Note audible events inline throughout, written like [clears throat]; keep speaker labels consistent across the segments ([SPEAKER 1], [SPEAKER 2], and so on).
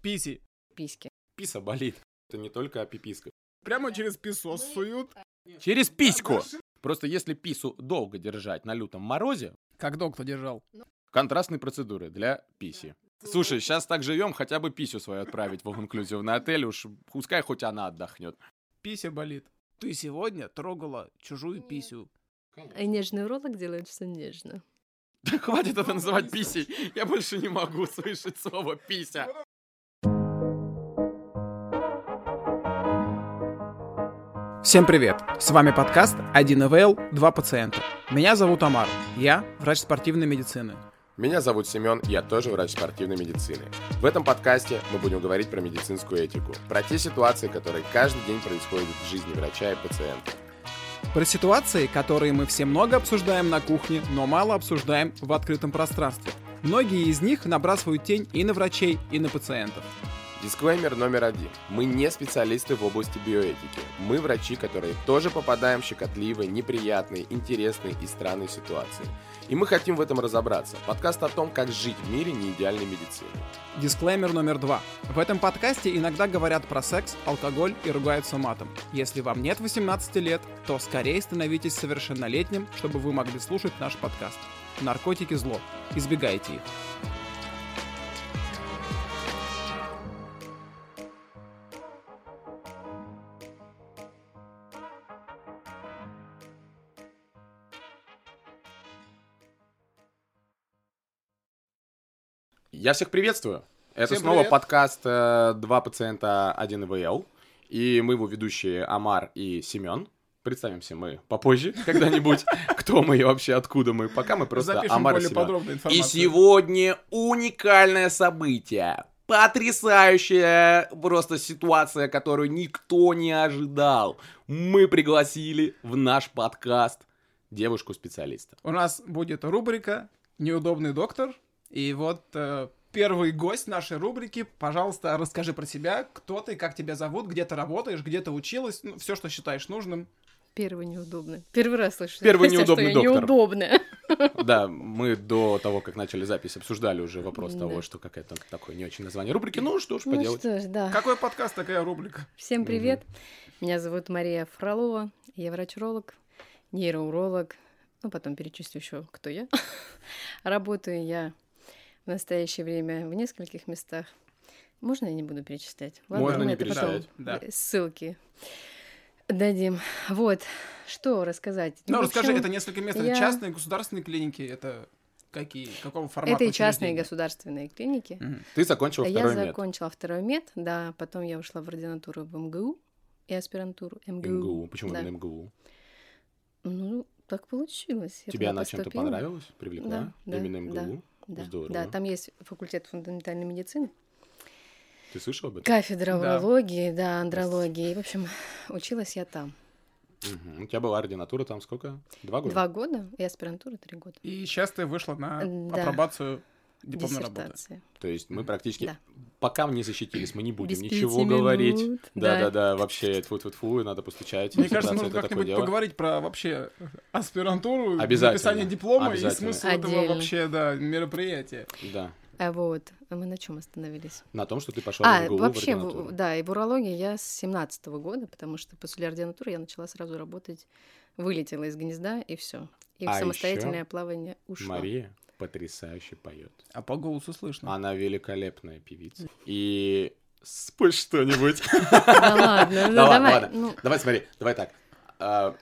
[SPEAKER 1] писи.
[SPEAKER 2] письки.
[SPEAKER 3] Писа болит. Это не только о пиписках.
[SPEAKER 4] Прямо через песос суют.
[SPEAKER 3] Через письку! Просто если пису долго держать на лютом морозе,
[SPEAKER 1] Как доктор держал.
[SPEAKER 3] контрастные процедуры для писи. Слушай, сейчас так живем, хотя бы писю свою отправить в инклюзивный отель, уж пускай хоть она отдохнет.
[SPEAKER 1] Пися болит. Ты сегодня трогала чужую писю.
[SPEAKER 2] А нежный делает все нежно.
[SPEAKER 3] Да [laughs] хватит это называть писей, я больше не могу слышать слово пися.
[SPEAKER 1] Всем привет! С вами подкаст 1 ИВЛ, 2 пациента. Меня зовут Амар. Я врач спортивной медицины.
[SPEAKER 3] Меня зовут Семен, я тоже врач спортивной медицины. В этом подкасте мы будем говорить про медицинскую этику, про те ситуации, которые каждый день происходят в жизни врача и пациента.
[SPEAKER 1] Про ситуации, которые мы все много обсуждаем на кухне, но мало обсуждаем в открытом пространстве. Многие из них набрасывают тень и на врачей, и на пациентов.
[SPEAKER 3] Дисклеймер номер один. Мы не специалисты в области биоэтики. Мы врачи, которые тоже попадаем в щекотливые, неприятные, интересные и странные ситуации. И мы хотим в этом разобраться. Подкаст о том, как жить в мире неидеальной медицины.
[SPEAKER 1] Дисклеймер номер два. В этом подкасте иногда говорят про секс, алкоголь и ругаются матом. Если вам нет 18 лет, то скорее становитесь совершеннолетним, чтобы вы могли слушать наш подкаст. Наркотики зло. Избегайте их.
[SPEAKER 3] Я всех приветствую. Это
[SPEAKER 1] Всем
[SPEAKER 3] снова
[SPEAKER 1] привет.
[SPEAKER 3] подкаст э, «Два пациента, один ИВЛ». И мы его ведущие Амар и Семен. Представимся мы попозже [laughs] когда-нибудь, кто мы и вообще откуда мы. Пока мы просто
[SPEAKER 4] Запишем
[SPEAKER 3] Амар и
[SPEAKER 4] более
[SPEAKER 3] Семен.
[SPEAKER 4] подробную
[SPEAKER 3] И
[SPEAKER 4] информацию.
[SPEAKER 3] сегодня уникальное событие. Потрясающая просто ситуация, которую никто не ожидал. Мы пригласили в наш подкаст девушку-специалиста.
[SPEAKER 1] У нас будет рубрика «Неудобный доктор». И вот э, первый гость нашей рубрики. Пожалуйста, расскажи про себя, кто ты, как тебя зовут, где ты работаешь, где ты училась, ну, все, что считаешь нужным.
[SPEAKER 2] Первый неудобный. Первый раз слышу. [laughs]
[SPEAKER 3] Первый
[SPEAKER 2] хотя, что
[SPEAKER 3] неудобный
[SPEAKER 2] я
[SPEAKER 3] доктор.
[SPEAKER 2] неудобная.
[SPEAKER 3] Да, мы до того, как начали запись, обсуждали уже вопрос
[SPEAKER 2] Да.
[SPEAKER 3] того, что какое-то такое не очень название рубрики. Ну что ж
[SPEAKER 2] Ну
[SPEAKER 3] поделать.
[SPEAKER 2] что ж, да.
[SPEAKER 1] Какой подкаст, такая рубрика.
[SPEAKER 2] Всем привет. Меня зовут Мария Фролова. Я врач-уролог, нейроуролог. Ну, потом перечислю еще, кто я. [laughs] Работаю я в настоящее время в нескольких местах. Можно я не буду перечислять?
[SPEAKER 3] Можно
[SPEAKER 2] мы
[SPEAKER 3] не
[SPEAKER 2] это потом э,
[SPEAKER 3] перечислять,
[SPEAKER 1] да.
[SPEAKER 2] Ссылки дадим. Вот, что рассказать.
[SPEAKER 1] Ну,
[SPEAKER 2] в
[SPEAKER 1] расскажи,
[SPEAKER 2] общем,
[SPEAKER 1] это несколько мест.
[SPEAKER 2] я-
[SPEAKER 1] Это частные государственные клиники, это какие, какого формата?
[SPEAKER 2] Это и частные
[SPEAKER 1] учреждения?
[SPEAKER 2] государственные клиники.
[SPEAKER 1] Мгм.
[SPEAKER 3] Ты закончил
[SPEAKER 2] Я
[SPEAKER 3] второй мед.
[SPEAKER 2] закончила второй мед, да, потом я ушла в ординатуру в МГУ и аспирантуру МГУ.
[SPEAKER 3] МГУ. Почему
[SPEAKER 2] да.
[SPEAKER 3] именно МГУ?
[SPEAKER 2] Ну, так получилось. Я
[SPEAKER 3] Тебе
[SPEAKER 2] туда
[SPEAKER 3] она чем-то
[SPEAKER 2] поступила.
[SPEAKER 3] понравилась? Привлекла?
[SPEAKER 2] Да, да,
[SPEAKER 3] Именно
[SPEAKER 2] да.
[SPEAKER 3] МГУ?
[SPEAKER 2] Да,
[SPEAKER 3] Здорово.
[SPEAKER 2] да, там есть факультет фундаментальной медицины,
[SPEAKER 3] Ты слышал об этом?
[SPEAKER 2] кафедра
[SPEAKER 1] Да.
[SPEAKER 2] урологии, да, андрологии. И, В общем, [laughs] училась я там.
[SPEAKER 3] Мгм. У тебя была ординатура там сколько? Два года?
[SPEAKER 2] Два года и аспирантура три года.
[SPEAKER 1] И сейчас ты вышла на
[SPEAKER 2] Да.
[SPEAKER 1] апробацию дипломной работы.
[SPEAKER 2] Диссертация.
[SPEAKER 3] То есть мы практически...
[SPEAKER 2] Да.
[SPEAKER 3] Пока мы не защитились, мы не будем
[SPEAKER 2] Без
[SPEAKER 3] ничего
[SPEAKER 2] пяти минут,
[SPEAKER 3] говорить.
[SPEAKER 2] да.
[SPEAKER 3] Да-да-да, вообще, тьфу тьфу тьфу надо постучать.
[SPEAKER 1] Мне
[SPEAKER 3] диссертация,
[SPEAKER 1] кажется, нужно
[SPEAKER 3] Типа это такое
[SPEAKER 1] как-нибудь
[SPEAKER 3] дело.
[SPEAKER 1] поговорить про вообще аспирантуру,
[SPEAKER 3] Обязательно.
[SPEAKER 1] написание диплома и
[SPEAKER 3] Обязательно.
[SPEAKER 1] смысл этого
[SPEAKER 2] Отдельно.
[SPEAKER 1] вообще, да, мероприятия.
[SPEAKER 3] Да,
[SPEAKER 2] А вот, а мы на чем остановились?
[SPEAKER 3] на том, что ты пошла в
[SPEAKER 2] А,
[SPEAKER 3] МГУ в
[SPEAKER 2] вообще, в-
[SPEAKER 3] ординатуру.
[SPEAKER 2] да, и в урологии я с 17 года, потому что после ординатуры я начала сразу работать, вылетела из гнезда и все. И
[SPEAKER 3] А
[SPEAKER 2] в самостоятельное
[SPEAKER 3] ещё
[SPEAKER 2] плавание ушла.
[SPEAKER 3] Мария потрясающе поет.
[SPEAKER 1] А по голосу слышно.
[SPEAKER 3] Она великолепная певица. И спой
[SPEAKER 1] [laughs]
[SPEAKER 3] что-нибудь.
[SPEAKER 2] [laughs] Да ладно, ну
[SPEAKER 3] Да ладно,
[SPEAKER 2] давай.
[SPEAKER 3] ладно.
[SPEAKER 2] ну,
[SPEAKER 3] Давай, смотри, давай так. А,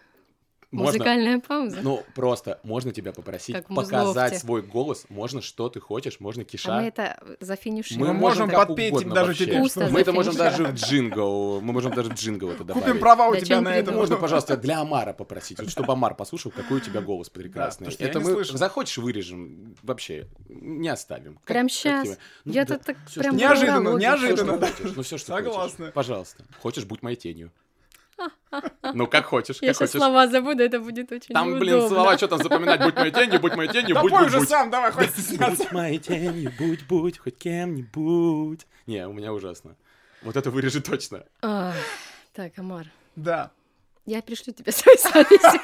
[SPEAKER 3] Можно,
[SPEAKER 2] Музыкальная пауза.
[SPEAKER 3] ну, просто можно тебя попросить
[SPEAKER 2] Как в
[SPEAKER 3] показать
[SPEAKER 2] Музловке.
[SPEAKER 3] свой голос. Можно что ты хочешь, можно
[SPEAKER 2] А мы
[SPEAKER 3] киша.
[SPEAKER 2] это зафинишим.
[SPEAKER 1] Мы можем
[SPEAKER 3] как
[SPEAKER 1] подпеть им
[SPEAKER 3] угодно
[SPEAKER 1] даже
[SPEAKER 3] вообще.
[SPEAKER 1] теперь,
[SPEAKER 2] Густо
[SPEAKER 3] Мы это можем
[SPEAKER 2] зафинишим.
[SPEAKER 3] даже в джингл, мы можем даже в джингл это добавить.
[SPEAKER 1] Купим права у
[SPEAKER 2] Да
[SPEAKER 1] тебя
[SPEAKER 2] чем
[SPEAKER 1] на
[SPEAKER 2] придумал?
[SPEAKER 1] это.
[SPEAKER 3] Это можно, пожалуйста, для Амара попросить, вот, чтобы Амар послушал, какой у тебя голос прекрасный.
[SPEAKER 1] потому что я
[SPEAKER 3] это
[SPEAKER 1] не
[SPEAKER 3] мы
[SPEAKER 1] слышал.
[SPEAKER 3] захочешь вырежем, вообще не оставим. Как-
[SPEAKER 2] Прям
[SPEAKER 3] как тебе?
[SPEAKER 2] щас?
[SPEAKER 3] Ну
[SPEAKER 2] Я
[SPEAKER 3] да,
[SPEAKER 2] тут так
[SPEAKER 3] всё,
[SPEAKER 2] прям
[SPEAKER 3] что-
[SPEAKER 2] была
[SPEAKER 1] Неожиданно,
[SPEAKER 2] логика.
[SPEAKER 3] Всё, что
[SPEAKER 1] неожиданно. да.
[SPEAKER 3] хочешь. Ну все, что
[SPEAKER 1] Согласна.
[SPEAKER 3] хочешь. Пожалуйста. Хочешь, будь моей
[SPEAKER 2] [laughs]
[SPEAKER 3] тенью. Ну как хочешь,
[SPEAKER 2] Я
[SPEAKER 3] как
[SPEAKER 2] сейчас
[SPEAKER 3] хочешь.
[SPEAKER 2] слова забуду, это будет очень
[SPEAKER 3] Там, блин,
[SPEAKER 2] неудобно.
[SPEAKER 3] слова, что там запоминать, будь моей тенью, будь моей тенью,
[SPEAKER 1] Да
[SPEAKER 3] будь,
[SPEAKER 1] пой
[SPEAKER 3] будь,
[SPEAKER 1] уже
[SPEAKER 3] будь.
[SPEAKER 1] сам, давай, хватит стесняться.
[SPEAKER 3] Будь моей тенью, будь, будь, хоть кем-нибудь. Не, у меня ужасно. Вот это вырежи точно.
[SPEAKER 2] Ах, Так, Амар,
[SPEAKER 1] Да.
[SPEAKER 2] Я пришлю тебе свой запись.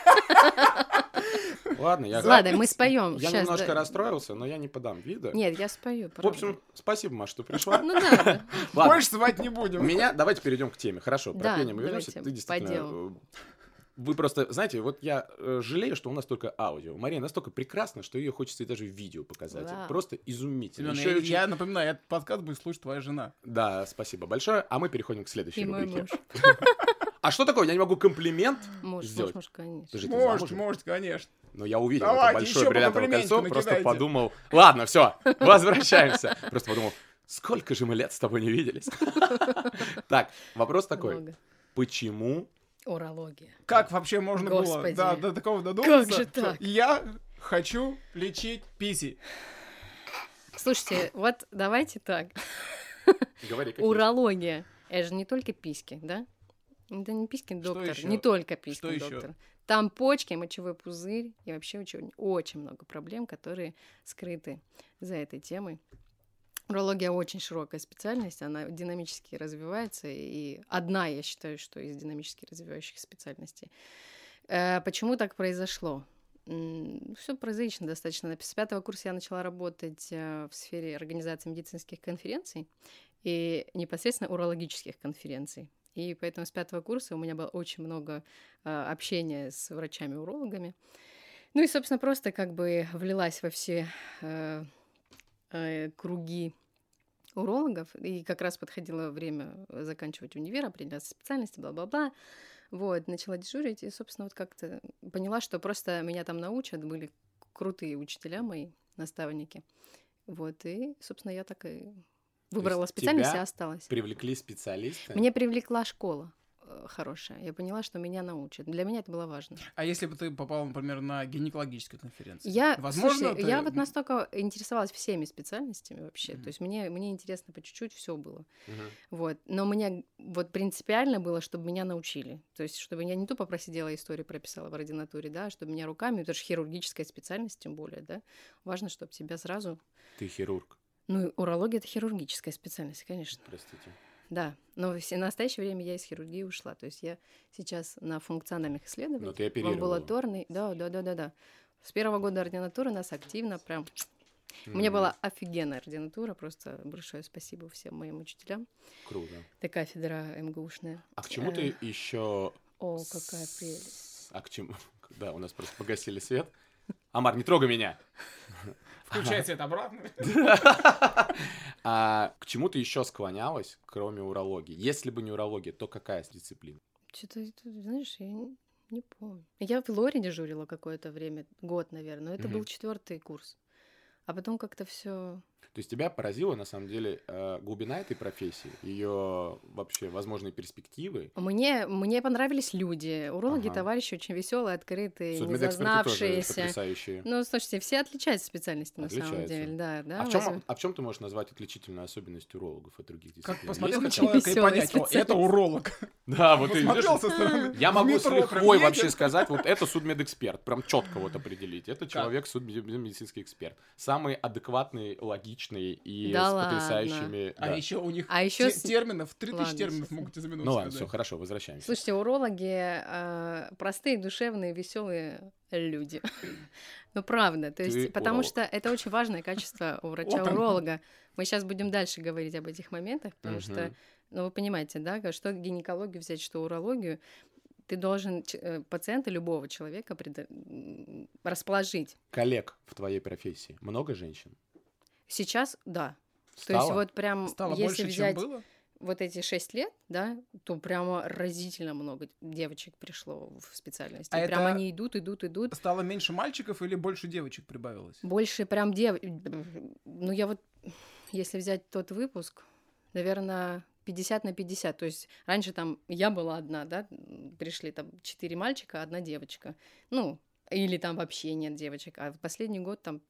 [SPEAKER 3] Ладно, я,
[SPEAKER 2] Ладно, мы споем.
[SPEAKER 3] я
[SPEAKER 2] щас,
[SPEAKER 3] немножко
[SPEAKER 2] да.
[SPEAKER 3] расстроился, но я не подам вида.
[SPEAKER 2] Нет, я спою.
[SPEAKER 3] В общем, спасибо, Маш, что
[SPEAKER 2] [laughs]
[SPEAKER 3] пришла.
[SPEAKER 2] Ну
[SPEAKER 3] [laughs]
[SPEAKER 2] да.
[SPEAKER 3] Ладно,
[SPEAKER 1] Больше звать не будем.
[SPEAKER 3] меня... Давайте перейдем к теме. Хорошо, про
[SPEAKER 2] Да,
[SPEAKER 3] пение мы вернемся.
[SPEAKER 2] давайте,
[SPEAKER 3] Ты
[SPEAKER 2] по
[SPEAKER 3] действительно...
[SPEAKER 2] делу.
[SPEAKER 3] э, Вы просто, знаете, вот я э, жалею, что у нас только аудио. Мария настолько прекрасна, что ее хочется и даже в видео показать.
[SPEAKER 2] Да.
[SPEAKER 3] Просто изумительно.
[SPEAKER 1] Семён,
[SPEAKER 3] Ещё и
[SPEAKER 1] я,
[SPEAKER 3] очень-
[SPEAKER 1] я напоминаю, этот подкаст будет слушать твоя жена.
[SPEAKER 3] Да, спасибо большое. А мы переходим к следующей
[SPEAKER 2] И мой
[SPEAKER 3] рубрике.
[SPEAKER 2] муж.
[SPEAKER 3] А что такое? Я не могу комплимент?
[SPEAKER 2] Муж,
[SPEAKER 3] Сделать.
[SPEAKER 2] муж, муж, конечно.
[SPEAKER 3] Подожди, ты
[SPEAKER 1] Может,
[SPEAKER 3] замужем?
[SPEAKER 1] может, конечно.
[SPEAKER 3] Но я увидел это
[SPEAKER 1] Давайте
[SPEAKER 3] большое
[SPEAKER 1] ещё по
[SPEAKER 3] бриллиантовое кольцо,
[SPEAKER 1] комплиментику
[SPEAKER 3] просто
[SPEAKER 1] накидайте.
[SPEAKER 3] подумал, ладно, все, возвращаемся. Просто подумал, сколько же мы лет с тобой не виделись. Так, вопрос такой,
[SPEAKER 2] Много.
[SPEAKER 3] почему...
[SPEAKER 2] Урология.
[SPEAKER 1] Как вообще можно
[SPEAKER 2] Господи.
[SPEAKER 1] было да, до такого додуматься?
[SPEAKER 2] Как же
[SPEAKER 1] что
[SPEAKER 2] так?
[SPEAKER 1] Я хочу лечить писи.
[SPEAKER 2] Слушайте, вот давайте так.
[SPEAKER 3] Говори, как
[SPEAKER 2] Урология. Это же не только письки, да? Это не писькин
[SPEAKER 1] Что
[SPEAKER 2] доктор,
[SPEAKER 1] ещё?
[SPEAKER 2] не только писькин
[SPEAKER 1] Что ещё?
[SPEAKER 2] доктор. Там почки, мочевой пузырь и вообще очень, очень много проблем, которые скрыты за этой темой. Урология очень широкая специальность, она динамически развивается, и одна, я считаю, что из динамически развивающих специальностей. Э, Почему так произошло? Все прозаично достаточно. С пятого курса я начала работать э, в сфере организации медицинских конференций и непосредственно урологических конференций. И поэтому с пятого курса у меня было очень много э, общения с врачами-урологами. Ну и, собственно, просто как бы влилась во все э, э, круги урологов. И как раз подходило время заканчивать универ, определяться специальности, бла-бла-бла. Вот, начала дежурить, и, собственно, вот как-то поняла, что просто меня там научат, были крутые учителя мои, наставники. Вот, и, собственно, я так и выбрала специальность
[SPEAKER 3] тебя
[SPEAKER 2] и осталась.
[SPEAKER 3] Привлекли
[SPEAKER 1] Э.
[SPEAKER 3] специалисты.
[SPEAKER 2] Меня привлекла школа э, хорошая. Я поняла, что меня научат. Для меня это было важно.
[SPEAKER 1] А если бы ты попал, например, на гинекологическую конференцию?
[SPEAKER 2] Я,
[SPEAKER 1] Возможно,
[SPEAKER 2] слушай,
[SPEAKER 1] ты-
[SPEAKER 2] я вот настолько интересовалась всеми специальностями вообще.
[SPEAKER 1] Мгм.
[SPEAKER 2] То есть мне, мне интересно по чуть-чуть все было.
[SPEAKER 3] Мгм.
[SPEAKER 2] Вот. Но мне вот принципиально было, чтобы меня научили. То есть, чтобы я не тупо просидела историю, прописала в ординатуре, да, чтобы меня руками, это же хирургическая специальность, тем более, да. Важно, чтобы тебя сразу...
[SPEAKER 3] Ты хирург,
[SPEAKER 2] Ну, и урология — это хирургическая специальность, конечно.
[SPEAKER 3] простите.
[SPEAKER 2] Да, но в се- на настоящее время я из хирургии ушла. То есть я сейчас на функциональных исследованиях.
[SPEAKER 3] Но ты
[SPEAKER 2] в
[SPEAKER 3] оперировала.
[SPEAKER 2] амбулаторной. Да, да, да, да, да. С первого года ординатуры нас активно прям... У меня
[SPEAKER 3] М,
[SPEAKER 2] была офигенная ординатура, просто большое спасибо всем моим учителям.
[SPEAKER 3] Круто.
[SPEAKER 2] Это кафедра МГУшная.
[SPEAKER 3] А к чему
[SPEAKER 2] Э,
[SPEAKER 3] ты еще...
[SPEAKER 2] О, какая прелесть.
[SPEAKER 3] А к чему... [laughs] Да, у нас просто погасили свет. Амар, не трогай
[SPEAKER 2] [laughs]
[SPEAKER 3] меня.
[SPEAKER 1] Включай свет обратно.
[SPEAKER 3] А к чему ты еще склонялась, кроме урологии? Если бы не урология, то какая дисциплина?
[SPEAKER 2] Что-то, знаешь, я не, не помню. Я в Лоре дежурила какое-то время, год, наверное, но это
[SPEAKER 3] Мгм.
[SPEAKER 2] был четвертый курс. А потом как-то все
[SPEAKER 3] То есть тебя поразила, на самом деле, э, глубина этой профессии, ее вообще возможные перспективы.
[SPEAKER 2] Мне, мне понравились люди. Урологи,
[SPEAKER 3] Ага.
[SPEAKER 2] товарищи очень веселые, открытые,
[SPEAKER 3] Судмедэксперты
[SPEAKER 2] не
[SPEAKER 3] тоже
[SPEAKER 2] зазнавшиеся.
[SPEAKER 3] потрясающие.
[SPEAKER 2] Ну, слушайте, все отличаются специальности на самом
[SPEAKER 3] Отличаются.
[SPEAKER 2] деле, да, да.
[SPEAKER 3] а, в чем,
[SPEAKER 2] возьмем.
[SPEAKER 3] а в чем ты можешь назвать отличительную особенность урологов от других дисциплин?
[SPEAKER 1] Как
[SPEAKER 3] Есть
[SPEAKER 1] посмотрел на
[SPEAKER 3] какая-то?
[SPEAKER 2] хотя бы?
[SPEAKER 1] человека и
[SPEAKER 2] Весёлый
[SPEAKER 1] понять, о,
[SPEAKER 2] специалист.
[SPEAKER 1] это уролог.
[SPEAKER 3] Да, А вот ты
[SPEAKER 1] Посмотрел
[SPEAKER 3] видишь.
[SPEAKER 1] со стороны.
[SPEAKER 3] Я
[SPEAKER 1] в
[SPEAKER 3] могу с
[SPEAKER 1] метро
[SPEAKER 3] лихвой
[SPEAKER 1] проедет.
[SPEAKER 3] вообще сказать, вот это судмедэксперт, прям четко вот определить. Это человек судмедицинский эксперт. Самый адекватный, логичный и
[SPEAKER 2] Да
[SPEAKER 3] с
[SPEAKER 2] ладно.
[SPEAKER 3] потрясающими...
[SPEAKER 1] А
[SPEAKER 3] да.
[SPEAKER 1] еще у них
[SPEAKER 2] А еще
[SPEAKER 1] те-
[SPEAKER 2] с-
[SPEAKER 1] терминов, 3000
[SPEAKER 2] Ладно,
[SPEAKER 1] терминов
[SPEAKER 2] сейчас.
[SPEAKER 1] могут за минуту
[SPEAKER 3] Ну ладно, все,
[SPEAKER 1] сказать.
[SPEAKER 3] хорошо, возвращаемся.
[SPEAKER 2] Слушайте, урологи э, простые, душевные, веселые люди. [laughs] Ну, правда. То
[SPEAKER 3] Ты
[SPEAKER 2] есть, потому
[SPEAKER 3] уролог.
[SPEAKER 2] что это очень важное качество
[SPEAKER 1] [laughs]
[SPEAKER 2] у врача-уролога. Мы сейчас будем дальше говорить об этих моментах, потому что,
[SPEAKER 3] Мгм.
[SPEAKER 2] ну, вы понимаете, да, что гинекологию взять, что урологию, ты должен ч- э, пациента, любого человека предо- м, расположить.
[SPEAKER 3] Коллег в твоей профессии много женщин?
[SPEAKER 2] Сейчас, да.
[SPEAKER 3] Стало?
[SPEAKER 2] То есть вот прям,
[SPEAKER 1] Стало
[SPEAKER 2] если
[SPEAKER 1] больше, чем
[SPEAKER 2] взять
[SPEAKER 1] было?
[SPEAKER 2] вот эти шесть лет, да, то прямо разительно много девочек пришло в специальность.
[SPEAKER 1] А
[SPEAKER 2] И прям
[SPEAKER 1] это-
[SPEAKER 2] они идут, идут, идут.
[SPEAKER 1] Стало меньше мальчиков или больше девочек прибавилось?
[SPEAKER 2] Больше прям дев... Ну, я вот, если взять тот выпуск, наверное, 50 на 50. То есть раньше там я была одна, да, м, пришли там четыре мальчика, одна девочка. Ну, или там вообще нет девочек. А в последний год там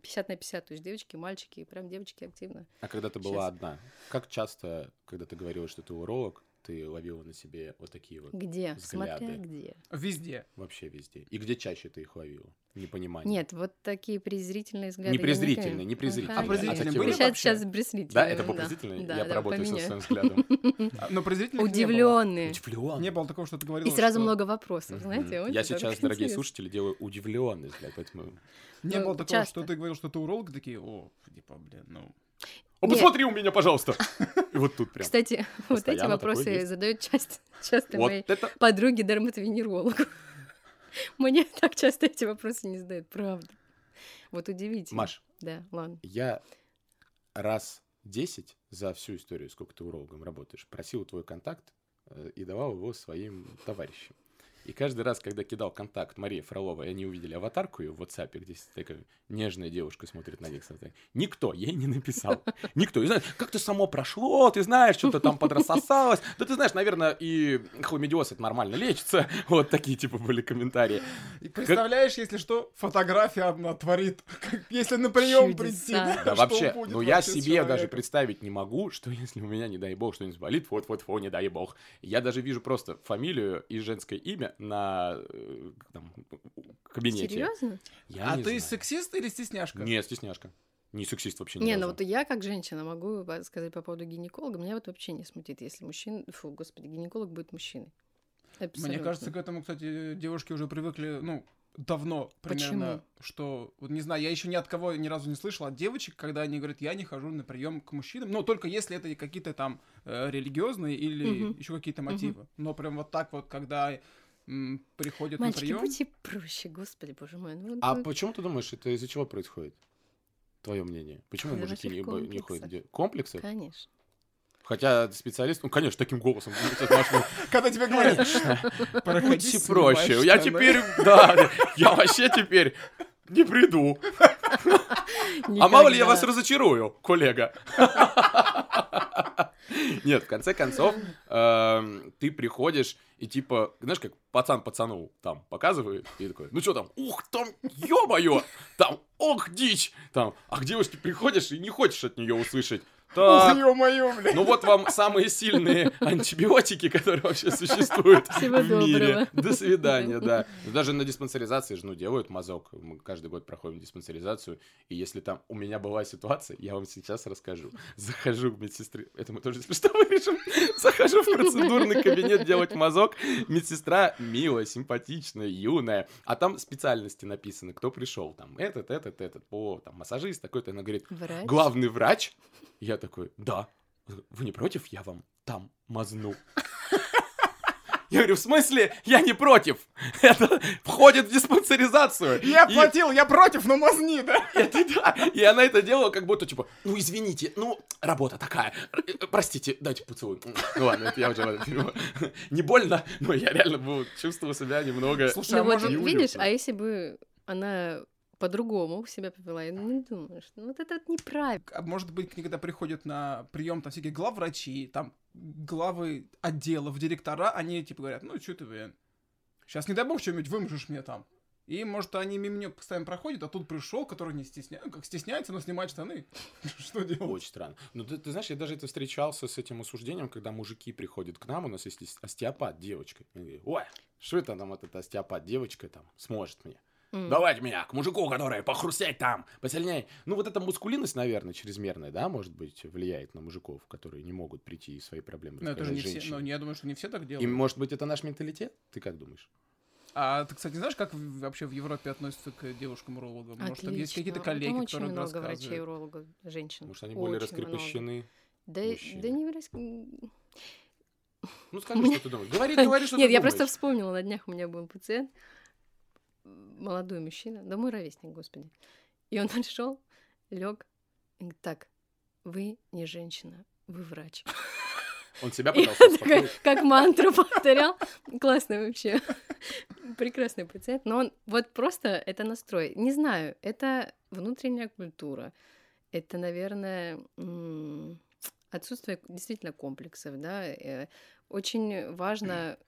[SPEAKER 2] 50 на 50, то есть девочки, мальчики, и прям девочки активно.
[SPEAKER 3] А когда ты была
[SPEAKER 2] Щас.
[SPEAKER 3] одна, как часто, когда ты говорила, что ты уролог, ты ловила на себе вот такие вот
[SPEAKER 2] Где?
[SPEAKER 3] Взгляды.
[SPEAKER 2] Смотря где.
[SPEAKER 1] Везде.
[SPEAKER 3] вообще везде? И где чаще ты их ловила? Непонимание.
[SPEAKER 2] Нет, вот такие презрительные взгляды.
[SPEAKER 3] Не
[SPEAKER 2] я никогда
[SPEAKER 3] презрительные, не презрительные.
[SPEAKER 2] Ага.
[SPEAKER 1] А презрительные
[SPEAKER 3] такие
[SPEAKER 1] были?
[SPEAKER 3] вот-
[SPEAKER 2] Сейчас,
[SPEAKER 1] вообще?
[SPEAKER 2] сейчас э,
[SPEAKER 3] Да, это был презрительный? Я поработаю со своим взглядом.
[SPEAKER 1] А, Но презрительных не было.
[SPEAKER 2] Удивленные.
[SPEAKER 3] Удивлен.
[SPEAKER 1] Не было такого, что ты говорила,
[SPEAKER 2] И сразу
[SPEAKER 1] что-
[SPEAKER 2] много вопросов, знаете?
[SPEAKER 3] Мгм.
[SPEAKER 2] вот
[SPEAKER 3] Я
[SPEAKER 2] это
[SPEAKER 3] сейчас,
[SPEAKER 2] так
[SPEAKER 3] дорогие
[SPEAKER 2] интересно.
[SPEAKER 3] слушатели, делаю удивленный взгляд, поэтому...
[SPEAKER 1] Не
[SPEAKER 2] Ну,
[SPEAKER 1] было такого,
[SPEAKER 2] часто.
[SPEAKER 1] что ты говорил, что ты уролог, такие, о, типа, блин, ну...
[SPEAKER 3] О,
[SPEAKER 2] Нет.
[SPEAKER 3] посмотри у меня, пожалуйста! [laughs] И вот тут прям.
[SPEAKER 2] Кстати, [laughs] вот эти
[SPEAKER 3] Постоянно такое
[SPEAKER 2] вопросы
[SPEAKER 3] есть.
[SPEAKER 2] задают часто, часто
[SPEAKER 3] Вот
[SPEAKER 2] мои
[SPEAKER 3] это...
[SPEAKER 2] подруги дерматовенерологу. [laughs] Мне так часто эти вопросы не задают, правда. Вот удивительно.
[SPEAKER 3] Маш,
[SPEAKER 2] Да, ладно.
[SPEAKER 3] я раз 10 за всю историю, сколько ты урологом работаешь, просил твой контакт э, и давал его своим товарищам. И каждый раз, когда кидал контакт Марии Фроловой, и они увидели аватарку ее в WhatsApp, где сидит такая нежная девушка смотрит на них, смотрит. никто ей не написал. Никто. И знаешь, как-то само прошло, ты знаешь, что-то там подрассосалось. Да ты знаешь, наверное, и хламидиоз это нормально лечится. Вот такие типа были комментарии.
[SPEAKER 1] И представляешь, если что, фотография одна творит, как если на
[SPEAKER 2] Чудеса.
[SPEAKER 1] прием
[SPEAKER 3] [laughs]
[SPEAKER 1] прийти.
[SPEAKER 2] Да
[SPEAKER 3] Да
[SPEAKER 1] что
[SPEAKER 3] вообще,
[SPEAKER 1] будет
[SPEAKER 3] ну я
[SPEAKER 1] вообще с
[SPEAKER 3] себе даже
[SPEAKER 1] человеком?
[SPEAKER 3] представить не могу, [laughs] что если у меня, не дай бог, что-нибудь болит, вот-вот-вот, не дай бог. Я даже вижу просто фамилию и женское имя на э, там, кабинете.
[SPEAKER 2] Серьезно?
[SPEAKER 3] Я
[SPEAKER 1] А
[SPEAKER 3] не
[SPEAKER 1] ты
[SPEAKER 3] знаю.
[SPEAKER 1] сексист или стесняшка?
[SPEAKER 3] Не, стесняшка. Не сексист вообще ни
[SPEAKER 2] Не, ну
[SPEAKER 3] разу.
[SPEAKER 2] вот я как женщина могу по- сказать по поводу гинеколога. Меня вот вообще не смутит, если мужчина... Фу, господи, гинеколог будет мужчиной.
[SPEAKER 1] Мне
[SPEAKER 2] Абсолютно.
[SPEAKER 1] кажется, к этому, кстати, девушки уже привыкли, ну, давно примерно, что, вот не знаю, я еще ни от кого ни разу не слышал от девочек, когда они говорят, я не хожу на прием к мужчинам, но только если это какие-то там э, религиозные или
[SPEAKER 2] Мгм.
[SPEAKER 1] еще какие-то мотивы. Но прям вот так вот, когда м, приходят на
[SPEAKER 2] Мальчики,
[SPEAKER 1] прием,
[SPEAKER 2] будьте проще, господи, боже мой. ну,
[SPEAKER 3] А
[SPEAKER 2] ну,
[SPEAKER 3] почему ты думаешь, это из-за чего происходит? Твое мнение. Почему
[SPEAKER 2] Из-за
[SPEAKER 3] мужики не, бо-
[SPEAKER 2] ваших
[SPEAKER 3] не ходят?
[SPEAKER 2] комплексов.
[SPEAKER 3] Де- Комплексы?
[SPEAKER 2] Конечно.
[SPEAKER 3] Хотя специалист, ну, конечно, таким голосом. будет, Маш,
[SPEAKER 2] [laughs]
[SPEAKER 3] ну,
[SPEAKER 1] когда тебе говорят, проходи,
[SPEAKER 3] Будьте
[SPEAKER 1] снимай
[SPEAKER 3] проще. Я
[SPEAKER 1] штаны».
[SPEAKER 3] теперь, да, я вообще теперь не приду. А мало ли я вас
[SPEAKER 2] Никогда.
[SPEAKER 3] разочарую, коллега. Нет, в конце концов, эм, ты приходишь и типа, знаешь, как пацан пацану там показывает, и такой, ну что там, ух, там, ё-моё, там, ох, дичь, там, а к девушке приходишь и не хочешь от нее услышать.
[SPEAKER 1] Ух,
[SPEAKER 3] Так,
[SPEAKER 1] ё-моё, блин.
[SPEAKER 3] ну вот вам самые сильные антибиотики, которые вообще существуют
[SPEAKER 2] Всего
[SPEAKER 3] в мире.
[SPEAKER 2] доброго.
[SPEAKER 3] До свидания, да. Ну, Даже на диспансеризации же, ну, делают мазок. Мы каждый год проходим диспансеризацию. И если там у меня была ситуация, я вам сейчас расскажу. Захожу к медсестре. Это мы тоже, если что, вырежем. Захожу в процедурный кабинет делать мазок. Медсестра милая, симпатичная, юная. А там специальности написаны, кто пришел. Там этот, этот, этот. О, там массажист такой-то. Она говорит,
[SPEAKER 2] Врач.
[SPEAKER 3] главный врач? Я такой, да. Вы не против, я вам там мазну? Я говорю, в смысле, я не против. Это входит в диспансеризацию.
[SPEAKER 1] Я
[SPEAKER 3] И-
[SPEAKER 1] платил, я против, но мазни, да?
[SPEAKER 3] [laughs] это да. И она это делала как будто, типа, ну, извините, ну, работа такая. Э, Простите, дайте поцелуй. Ну, ладно, это я уже ладно, перебиваю. Не больно, но я реально был- чувствовал себя немного...
[SPEAKER 1] Слушай,
[SPEAKER 2] Ну
[SPEAKER 1] а
[SPEAKER 2] вот,
[SPEAKER 1] может...
[SPEAKER 3] не
[SPEAKER 2] видишь,
[SPEAKER 3] уютно.
[SPEAKER 2] а если бы она по-другому себя повела, я не думаю, что ну, вот это вот неправильно.
[SPEAKER 1] а может быть, когда приходят на прием там всякие главврачи, там главы отделов, директора, они типа говорят, ну что ты, блин, сейчас не дай бог что-нибудь вымажешь мне там. И, может, они мимо меня постоянно проходят, а тут пришел, который не стесняется, как стесняется, но снимает штаны. [laughs] Что делать?
[SPEAKER 3] Очень странно. Ну, ты, ты знаешь, я даже это встречался с этим осуждением, когда мужики приходят к нам, у нас есть ос- остеопат девочка. Они говорят, Ой, что это нам этот остеопат девочка там сможет мне?
[SPEAKER 2] М.
[SPEAKER 3] Давайте меня к мужику, который похрустеть там, посильнее. Ну, вот эта мускулинность, наверное, чрезмерная, да, может быть, влияет на мужиков, которые не могут прийти и свои проблемы
[SPEAKER 1] Ну, это же
[SPEAKER 3] рассказать
[SPEAKER 1] не все,
[SPEAKER 3] женщине.
[SPEAKER 1] ну, я думаю, что не все так
[SPEAKER 3] И,
[SPEAKER 1] делают.
[SPEAKER 3] может быть, это наш менталитет? Ты как думаешь?
[SPEAKER 1] А ты, кстати, знаешь, как в- вообще в Европе относятся к девушкам-урологам? Может, там есть какие-то
[SPEAKER 2] Отлично. Ну,
[SPEAKER 1] коллеги,
[SPEAKER 2] Там очень
[SPEAKER 1] которые
[SPEAKER 2] много
[SPEAKER 1] рассказывают?
[SPEAKER 2] врачей-урологов, женщин.
[SPEAKER 3] Может, они
[SPEAKER 2] Очень
[SPEAKER 3] более
[SPEAKER 2] много.
[SPEAKER 3] раскрепощены?
[SPEAKER 2] Да,
[SPEAKER 3] мужчин?
[SPEAKER 2] да не врас-
[SPEAKER 3] Ну, скажи, что ты думаешь. Говори, говори, что
[SPEAKER 2] Нет,
[SPEAKER 3] ты
[SPEAKER 2] я просто
[SPEAKER 3] думаешь.
[SPEAKER 2] вспомнила, на днях у меня был пациент, м, молодой мужчина, да мой ровесник, господи. И он [laughs] пришел, лег, говорит, так, вы не женщина, вы врач.
[SPEAKER 3] Он
[SPEAKER 2] [laughs]
[SPEAKER 3] себя
[SPEAKER 2] И
[SPEAKER 3] пытался
[SPEAKER 2] он такой,
[SPEAKER 3] успокоить.
[SPEAKER 2] как мантру повторял. Классный вообще. Прекрасный пациент. Но он вот просто это настрой. Не знаю, это внутренняя культура. Это, наверное, м, отсутствие действительно комплексов, да. Э, Очень важно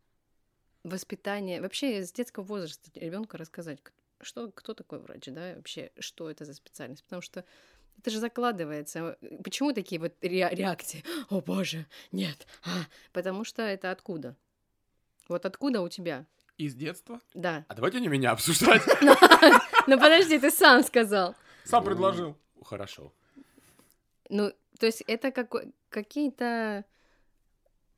[SPEAKER 2] воспитание. Вообще с детского возраста ребенка рассказать, к- что, кто такой врач, да, и вообще, что это за специальность. Потому что Это же закладывается. Почему такие вот ре- реакции? О боже, нет. а?» Потому что это откуда? Вот откуда у тебя?
[SPEAKER 1] Из детства?
[SPEAKER 2] Да.
[SPEAKER 3] А давайте не меня обсуждать.
[SPEAKER 2] [laughs] Ну подожди, ты сам сказал.
[SPEAKER 1] Сам
[SPEAKER 3] Ну,
[SPEAKER 1] предложил.
[SPEAKER 3] Хорошо.
[SPEAKER 2] Ну, то есть это како- какие-то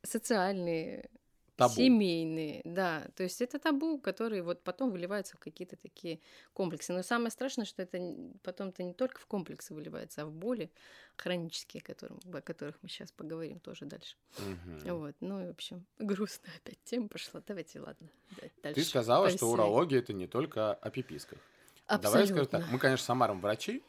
[SPEAKER 2] социальные,
[SPEAKER 3] Табу.
[SPEAKER 2] семейные, да. То есть это табу, которые вот потом выливаются в какие-то такие комплексы. Но самое страшное, что это н- потом-то не только в комплексы выливается, а в боли хронические, которым, о которых мы сейчас поговорим тоже дальше.
[SPEAKER 3] Мгм.
[SPEAKER 2] Вот, ну и в общем, [laughs] грустная опять тема пошла. Давайте, ладно, да- дальше.
[SPEAKER 3] Ты сказала, что
[SPEAKER 2] поясняй.
[SPEAKER 3] урология это не только о пиписках. А Давай я
[SPEAKER 2] Абсолютно.
[SPEAKER 3] скажу так. Мы, конечно, с Самаром
[SPEAKER 1] [laughs]
[SPEAKER 3] врачи.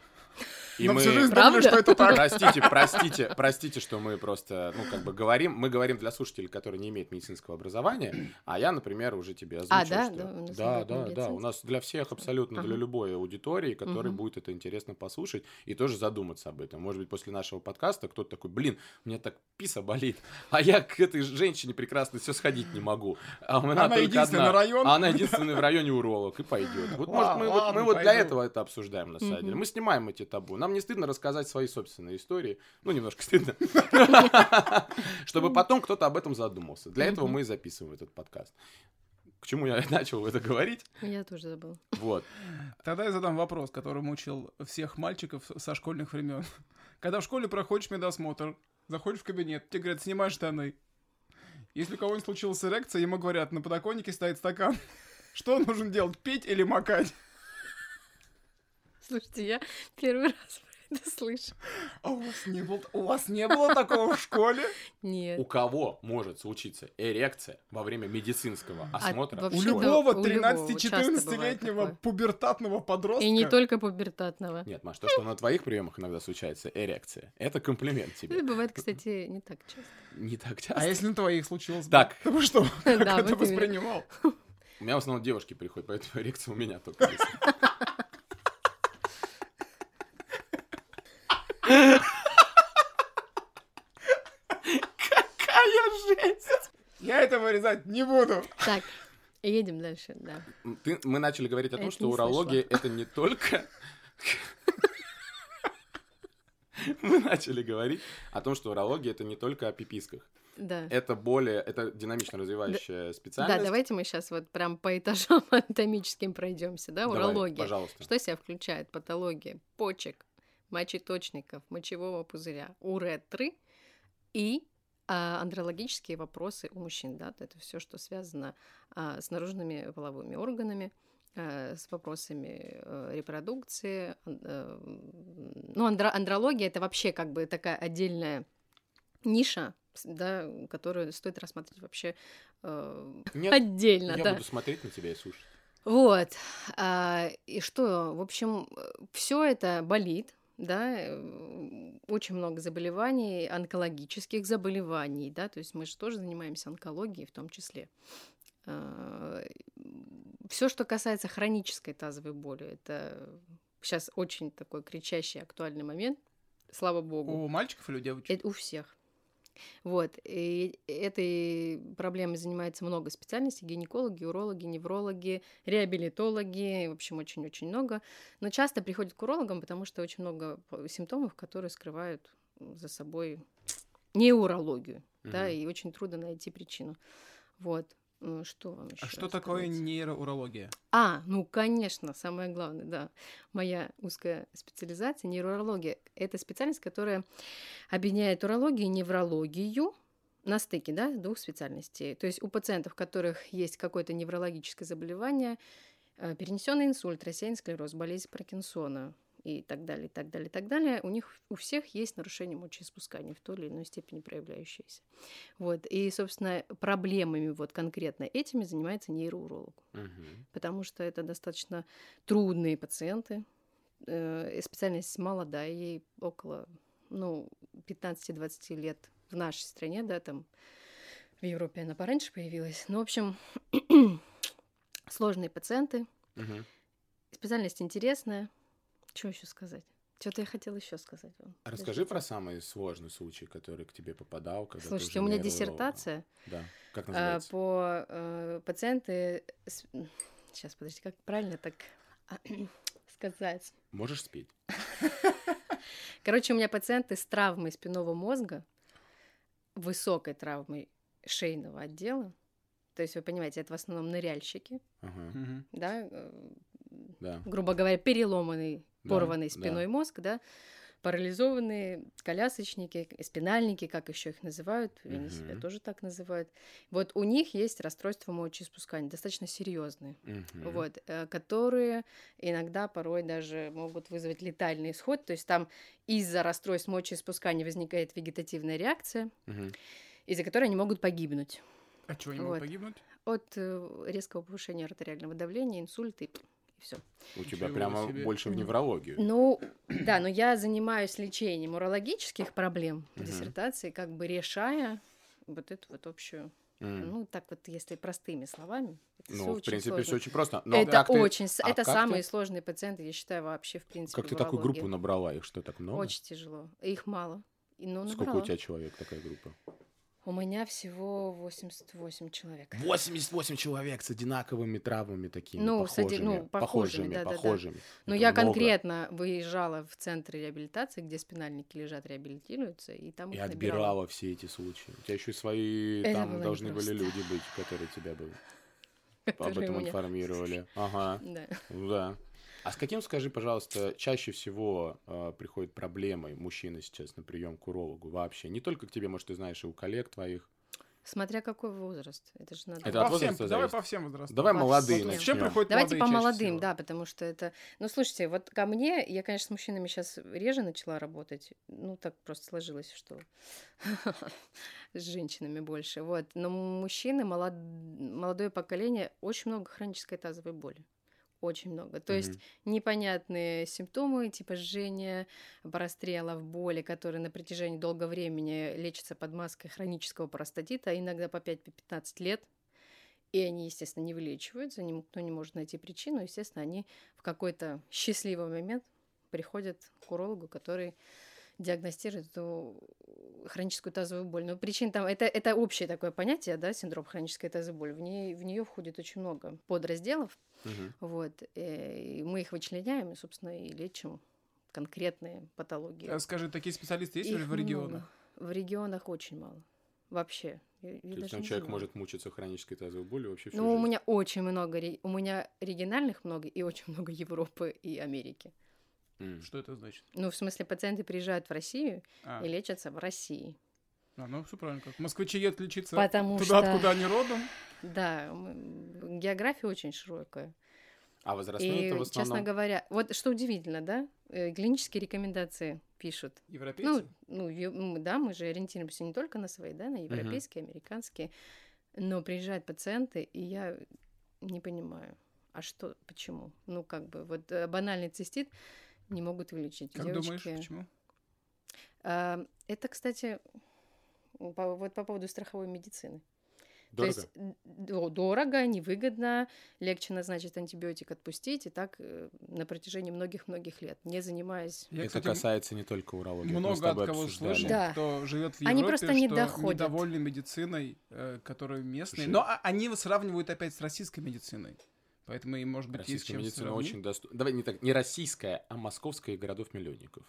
[SPEAKER 3] И
[SPEAKER 1] Но
[SPEAKER 3] мы...
[SPEAKER 1] всю жизнь
[SPEAKER 2] Правда?
[SPEAKER 1] думали, что это так.
[SPEAKER 3] Простите, простите, простите, что мы просто, ну, как бы говорим, мы говорим для слушателей, которые не имеют медицинского образования, а я, например, уже тебе озвучил,
[SPEAKER 2] А, да?
[SPEAKER 3] что...
[SPEAKER 2] Да, у нас
[SPEAKER 3] да,
[SPEAKER 2] нет
[SPEAKER 3] да, да, у
[SPEAKER 2] медицинского.
[SPEAKER 3] нас для всех абсолютно, для
[SPEAKER 2] Ага.
[SPEAKER 3] любой аудитории, которой
[SPEAKER 2] Мгм.
[SPEAKER 3] будет это интересно послушать и тоже задуматься об этом. Может быть, после нашего подкаста кто-то такой, блин, у меня так писа болит, а я к этой женщине прекрасно все сходить не могу. А у меня
[SPEAKER 1] Она
[SPEAKER 3] только
[SPEAKER 1] единственная
[SPEAKER 3] одна.
[SPEAKER 1] на район. [laughs]
[SPEAKER 3] А она единственная в районе уролог и пойдет. Вот, может, мы, вот,
[SPEAKER 1] Ладно,
[SPEAKER 3] мы вот для
[SPEAKER 1] пойду.
[SPEAKER 3] этого это обсуждаем, на самом
[SPEAKER 2] Мгм.
[SPEAKER 3] деле. Мы снимаем эти табу. Нам не стыдно рассказать свои собственные истории. Ну, немножко
[SPEAKER 1] [laughs]
[SPEAKER 3] стыдно. Чтобы потом кто-то об этом задумался. Для этого
[SPEAKER 2] Мгм.
[SPEAKER 3] мы и записываем этот подкаст. К чему я [laughs] начал это говорить?
[SPEAKER 2] Я тоже забыла.
[SPEAKER 3] Вот.
[SPEAKER 1] Тогда я задам вопрос, который мучил всех мальчиков со школьных времен. [laughs] Когда в школе проходишь медосмотр, заходишь в кабинет, тебе говорят, снимай штаны. Если у кого-нибудь случилась эрекция, ему говорят, на подоконнике стоит стакан. [laughs] Что нужно делать, пить или макать?
[SPEAKER 2] Слушайте, я первый [laughs] раз про это слышу.
[SPEAKER 1] А у вас не было, у вас не [laughs] было такого в школе?
[SPEAKER 2] Нет.
[SPEAKER 3] У кого может случиться эрекция во время медицинского
[SPEAKER 1] А
[SPEAKER 3] осмотра?
[SPEAKER 2] вообще
[SPEAKER 1] У
[SPEAKER 2] Что-то
[SPEAKER 1] любого
[SPEAKER 2] у любого, часто
[SPEAKER 1] 13-14-летнего
[SPEAKER 2] бывает такое.
[SPEAKER 1] пубертатного подростка.
[SPEAKER 2] И не только пубертатного.
[SPEAKER 3] Нет, Маш, то, что на твоих приемах иногда случается эрекция, это комплимент тебе.
[SPEAKER 1] [laughs]
[SPEAKER 2] Это Ну, бывает, кстати, не так часто.
[SPEAKER 3] Не так
[SPEAKER 1] А
[SPEAKER 3] часто.
[SPEAKER 1] если на твоих случилось? бы?
[SPEAKER 3] Так.
[SPEAKER 1] [laughs] Ты бы что,
[SPEAKER 2] [laughs]
[SPEAKER 1] как
[SPEAKER 2] Да,
[SPEAKER 1] это
[SPEAKER 2] вот именно.
[SPEAKER 1] воспринимал?
[SPEAKER 3] У меня в основном девушки приходят, поэтому [laughs] эрекция у меня только есть.
[SPEAKER 1] Я это вырезать не буду.
[SPEAKER 2] Так, едем дальше, да.
[SPEAKER 3] М, ты- мы начали говорить о том,
[SPEAKER 2] Это
[SPEAKER 3] что
[SPEAKER 2] не слышала.
[SPEAKER 3] урология это не только... [laughs] Мы начали говорить о том, что урология это не только о пиписках.
[SPEAKER 2] Да.
[SPEAKER 3] Это более, это динамично развивающая
[SPEAKER 2] Да,
[SPEAKER 3] специальность.
[SPEAKER 2] давайте мы сейчас вот прям по этажам [laughs] анатомическим пройдемся, да,
[SPEAKER 3] Давай,
[SPEAKER 2] урология.
[SPEAKER 3] Пожалуйста.
[SPEAKER 2] Что себя включает? Патология почек, мочеточников, мочевого пузыря, уретры и а, андрологические вопросы у мужчин, да, это все, что связано а, с наружными половыми органами, а, с вопросами э, репродукции. ан- э, м, ну, андро- андрология это вообще как бы такая отдельная ниша, с- да, которую стоит рассматривать вообще э,
[SPEAKER 3] Нет,
[SPEAKER 2] отдельно,
[SPEAKER 3] я
[SPEAKER 2] да.
[SPEAKER 3] буду смотреть на тебя и слушать.
[SPEAKER 2] Вот. А, и что, в общем, все это болит, да, э, очень много заболеваний, онкологических заболеваний, да, то есть мы же тоже занимаемся онкологией в том числе. Все, что касается хронической тазовой боли, это сейчас очень такой кричащий актуальный момент, слава богу.
[SPEAKER 1] У мальчиков или у девочек?
[SPEAKER 2] Это Э, у всех. Вот. И этой проблемой занимается много специальностей. Гинекологи, урологи, неврологи, реабилитологи. В общем, очень-очень много. Но часто приходят к урологам, потому что очень много п- симптомов, которые скрывают за собой неурологию. Да,
[SPEAKER 3] Мгм.
[SPEAKER 2] и очень трудно найти причину. Вот. М, Что вам еще
[SPEAKER 1] А что такое нейроурология?
[SPEAKER 2] а, ну, конечно, самое главное, да. Моя узкая специализация — нейроурология. Это специальность, которая объединяет урологию и неврологию на стыке, да, двух специальностей. То есть у пациентов, у которых есть какое-то неврологическое заболевание, перенесенный инсульт, рассеянный склероз, болезнь Паркинсона и так далее, и так далее, и так далее, у них у всех есть нарушение мочеиспускания в той или иной степени проявляющееся. Вот. И, собственно, проблемами вот конкретно этими занимается нейроуролог
[SPEAKER 3] Мгм.
[SPEAKER 2] потому что это достаточно трудные пациенты. Э, и Специальность молодая, ей около ну, 15-20 лет в нашей стране, да, там в Европе она пораньше появилась. Ну, в общем, [clears throat] сложные пациенты,
[SPEAKER 3] Мгм.
[SPEAKER 2] специальность интересная. Что еще сказать? Что-то я хотела еще сказать вам.
[SPEAKER 3] А Расскажи
[SPEAKER 2] Подождите.
[SPEAKER 3] про самый сложный случай, который к тебе попадал. когда ты уже
[SPEAKER 2] Слушайте, у меня
[SPEAKER 3] нейроуролог.
[SPEAKER 2] диссертация,
[SPEAKER 3] Да. Как
[SPEAKER 2] а,
[SPEAKER 3] называется?
[SPEAKER 2] по э, пациенты... Сейчас, подожди, как правильно так [clears throat] сказать?
[SPEAKER 3] Можешь спеть?
[SPEAKER 2] Короче, у меня пациенты с травмой спинного мозга, высокой травмой шейного отдела. То есть, вы понимаете, это в основном ныряльщики,
[SPEAKER 3] Ага,
[SPEAKER 1] Мгм.
[SPEAKER 2] да, э,
[SPEAKER 3] Да.
[SPEAKER 2] грубо говоря, переломанный,
[SPEAKER 3] Да,
[SPEAKER 2] порванный
[SPEAKER 3] да.
[SPEAKER 2] спиной мозг, да, парализованные колясочники, спинальники, как еще их называют, они себя
[SPEAKER 3] Мгм.
[SPEAKER 2] тоже так называют. Вот у них есть расстройства мочеиспускания, достаточно серьезные.
[SPEAKER 3] Мгм.
[SPEAKER 2] Вот, э, которые иногда порой даже могут вызвать летальный исход. То есть там из-за расстройств мочеиспускания возникает вегетативная реакция,
[SPEAKER 3] Мгм.
[SPEAKER 2] из-за которой они могут погибнуть
[SPEAKER 1] А чего, они
[SPEAKER 2] Вот.
[SPEAKER 1] могут погибнуть?
[SPEAKER 2] от э, резкого повышения артериального давления, инсульта и, все.
[SPEAKER 3] У тебя
[SPEAKER 1] Ничего
[SPEAKER 3] прямо
[SPEAKER 1] себе.
[SPEAKER 3] больше в
[SPEAKER 2] Мгм.
[SPEAKER 3] неврологию.
[SPEAKER 2] Ну, [clears throat] да, но я занимаюсь лечением урологических проблем в
[SPEAKER 3] Мгм.
[SPEAKER 2] диссертации, как бы решая вот эту вот общую,
[SPEAKER 3] М.
[SPEAKER 2] ну, так вот, если простыми словами. это всё
[SPEAKER 3] Ну, в
[SPEAKER 2] очень
[SPEAKER 3] принципе,
[SPEAKER 2] сложно.
[SPEAKER 3] все очень просто. Но
[SPEAKER 2] это
[SPEAKER 3] как ты-
[SPEAKER 2] очень, с-
[SPEAKER 3] а
[SPEAKER 2] это
[SPEAKER 3] как ты-
[SPEAKER 2] самые сложные пациенты, я считаю, вообще в принципе.
[SPEAKER 3] Как ты
[SPEAKER 2] в
[SPEAKER 3] такую
[SPEAKER 2] урологии.
[SPEAKER 3] группу набрала? Их что, так много?
[SPEAKER 2] Очень тяжело. Их мало. И, Но
[SPEAKER 3] Сколько у
[SPEAKER 2] набрала.
[SPEAKER 3] тебя человек такая группа?
[SPEAKER 2] У меня всего 88 человек.
[SPEAKER 3] 88 человек с одинаковыми травмами такими,
[SPEAKER 2] Ну, с
[SPEAKER 3] похожими,
[SPEAKER 2] оди- ну, похожими,
[SPEAKER 3] похожими,
[SPEAKER 2] да-да-да.
[SPEAKER 3] похожими.
[SPEAKER 2] Но
[SPEAKER 3] Это
[SPEAKER 2] я
[SPEAKER 3] много.
[SPEAKER 2] конкретно выезжала в центр реабилитации, где спинальники лежат, реабилитируются, и там
[SPEAKER 3] И
[SPEAKER 2] их набирала.
[SPEAKER 3] отбирала все эти случаи. У тебя еще и свои,
[SPEAKER 2] Это было
[SPEAKER 3] там должны были
[SPEAKER 2] непросто.
[SPEAKER 3] люди быть, которые тебя
[SPEAKER 2] [laughs]
[SPEAKER 3] бы об
[SPEAKER 2] которые
[SPEAKER 3] этом
[SPEAKER 2] меня-
[SPEAKER 3] информировали. Ага,
[SPEAKER 2] Да.
[SPEAKER 3] ну да. А с каким, скажи, пожалуйста, чаще всего э, приходят проблемы мужчины сейчас на прием к урологу вообще? Не только к тебе, может, ты знаешь, и у коллег твоих.
[SPEAKER 2] Смотря какой возраст. Это же надо.
[SPEAKER 3] Это от
[SPEAKER 1] По всем,
[SPEAKER 3] возраста
[SPEAKER 1] давай
[SPEAKER 3] зависит.
[SPEAKER 1] по всем возрастам.
[SPEAKER 3] Давай
[SPEAKER 2] Во
[SPEAKER 3] молодые
[SPEAKER 2] всем.
[SPEAKER 1] Вот
[SPEAKER 3] начнем.
[SPEAKER 1] С чем приходят
[SPEAKER 2] Давайте по
[SPEAKER 1] молодые чаще
[SPEAKER 2] молодым,
[SPEAKER 1] всего?
[SPEAKER 2] да, потому что это... Ну, слушайте, вот ко мне, я, конечно, с мужчинами сейчас реже начала работать, ну, так просто сложилось, что [laughs] с женщинами больше, вот. Но мужчины, молод- молодое поколение, очень много хронической тазовой боли. Очень много. То есть
[SPEAKER 3] Мгм.
[SPEAKER 2] непонятные симптомы, типа жжения, прострелов, боли, которые на протяжении долгого времени лечатся под маской хронического простатита, а иногда по 5-15 лет. И они, естественно, не вылечиваются, никто не может найти причину. Естественно, они в какой-то счастливый момент приходят к урологу, который диагностирует эту хроническую тазовую боль. Но причин там... Это, это общее такое понятие, да, синдром хронической тазовой боли. В, ней, в нее входит очень много подразделов.
[SPEAKER 3] Мгм.
[SPEAKER 2] Вот. э, И мы их вычленяем, и, собственно, и лечим конкретные патологии.
[SPEAKER 1] А Скажи, такие специалисты есть
[SPEAKER 2] Их
[SPEAKER 1] в регионах?
[SPEAKER 2] много. В регионах очень мало. Вообще. Я- я
[SPEAKER 3] То есть
[SPEAKER 2] даже
[SPEAKER 3] там
[SPEAKER 2] не
[SPEAKER 3] человек
[SPEAKER 2] знаю.
[SPEAKER 3] может мучиться хронической тазовой болью вообще всю
[SPEAKER 2] Ну, у
[SPEAKER 3] жизнь.
[SPEAKER 2] меня очень много... ре- У меня региональных много и очень много Европы и Америки.
[SPEAKER 3] М.
[SPEAKER 1] Что это значит?
[SPEAKER 2] Ну, в смысле, пациенты приезжают в Россию
[SPEAKER 1] А,
[SPEAKER 2] и лечатся в России.
[SPEAKER 1] а, ну все правильно. Как. Москвичи едут лечиться
[SPEAKER 2] Потому
[SPEAKER 1] туда,
[SPEAKER 2] что-
[SPEAKER 1] откуда они родом.
[SPEAKER 2] Да, м, география очень широкая.
[SPEAKER 3] А возрастные
[SPEAKER 2] И,
[SPEAKER 3] это в
[SPEAKER 2] честно
[SPEAKER 3] основном...
[SPEAKER 2] говоря, вот что удивительно, да, э, клинические рекомендации пишут.
[SPEAKER 1] Европейцы?
[SPEAKER 2] Ну, ну, ю- м, да, мы же ориентируемся не только на свои, да, на европейские, американские. Но приезжают пациенты, и я не понимаю, а что, почему? Ну, как бы, вот э, банальный цистит не могут вылечить.
[SPEAKER 1] как
[SPEAKER 2] Девочки-
[SPEAKER 1] думаешь, почему?
[SPEAKER 2] А, Это, кстати, по- вот по поводу страховой медицины.
[SPEAKER 3] Дорого?
[SPEAKER 2] То есть д- до- дорого, невыгодно, легче назначить антибиотик, отпустить, и так э, на протяжении многих-многих лет, не занимаясь...
[SPEAKER 1] Я,
[SPEAKER 3] это
[SPEAKER 1] кстати,
[SPEAKER 3] касается не только урологии. это мы с
[SPEAKER 1] много от
[SPEAKER 3] тобой
[SPEAKER 1] кого
[SPEAKER 3] обсуждали.
[SPEAKER 1] слышал,
[SPEAKER 2] Да.
[SPEAKER 1] кто живет в Европе,
[SPEAKER 2] Они просто не
[SPEAKER 1] что
[SPEAKER 2] доходят.
[SPEAKER 1] недовольны медициной, э, которую местные.
[SPEAKER 3] Слушай.
[SPEAKER 1] Но а, они его сравнивают опять с российской медициной. Поэтому и может быть есть
[SPEAKER 3] Российская
[SPEAKER 1] чем
[SPEAKER 3] медицина
[SPEAKER 1] сравнить.
[SPEAKER 3] очень доступна. Давай не так, не российская, а московская и городов-миллионников.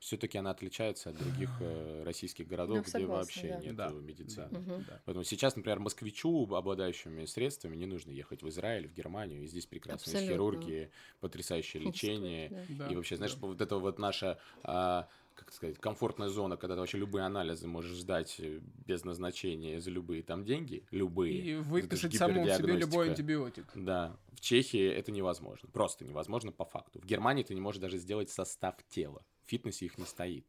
[SPEAKER 3] Все-таки она отличается от других э, российских городов,
[SPEAKER 2] Ну,
[SPEAKER 3] где
[SPEAKER 2] согласна,
[SPEAKER 3] вообще
[SPEAKER 2] да.
[SPEAKER 3] нет э,
[SPEAKER 1] Да.
[SPEAKER 3] медицины.
[SPEAKER 2] Мгм.
[SPEAKER 1] Да.
[SPEAKER 3] Поэтому сейчас, например, москвичу, обладающими средствами, не нужно ехать в Израиль, в Германию. И здесь прекрасные
[SPEAKER 2] Абсолютно.
[SPEAKER 3] хирурги, потрясающее
[SPEAKER 2] не [laughs]
[SPEAKER 3] лечение.
[SPEAKER 2] стоит, да.
[SPEAKER 1] Да,
[SPEAKER 3] И вообще, знаешь,
[SPEAKER 1] да.
[SPEAKER 3] вот это вот наша, а, как сказать, комфортная зона, когда ты вообще любые анализы можешь сдать э, без назначения за любые там деньги, любые.
[SPEAKER 1] И
[SPEAKER 3] Это же
[SPEAKER 1] выписать самому себе любой
[SPEAKER 3] гипердиагностика.
[SPEAKER 1] антибиотик.
[SPEAKER 3] Да, в Чехии это невозможно. Просто невозможно по факту. В Германии ты не можешь даже сделать состав тела. В фитнесе их не стоит.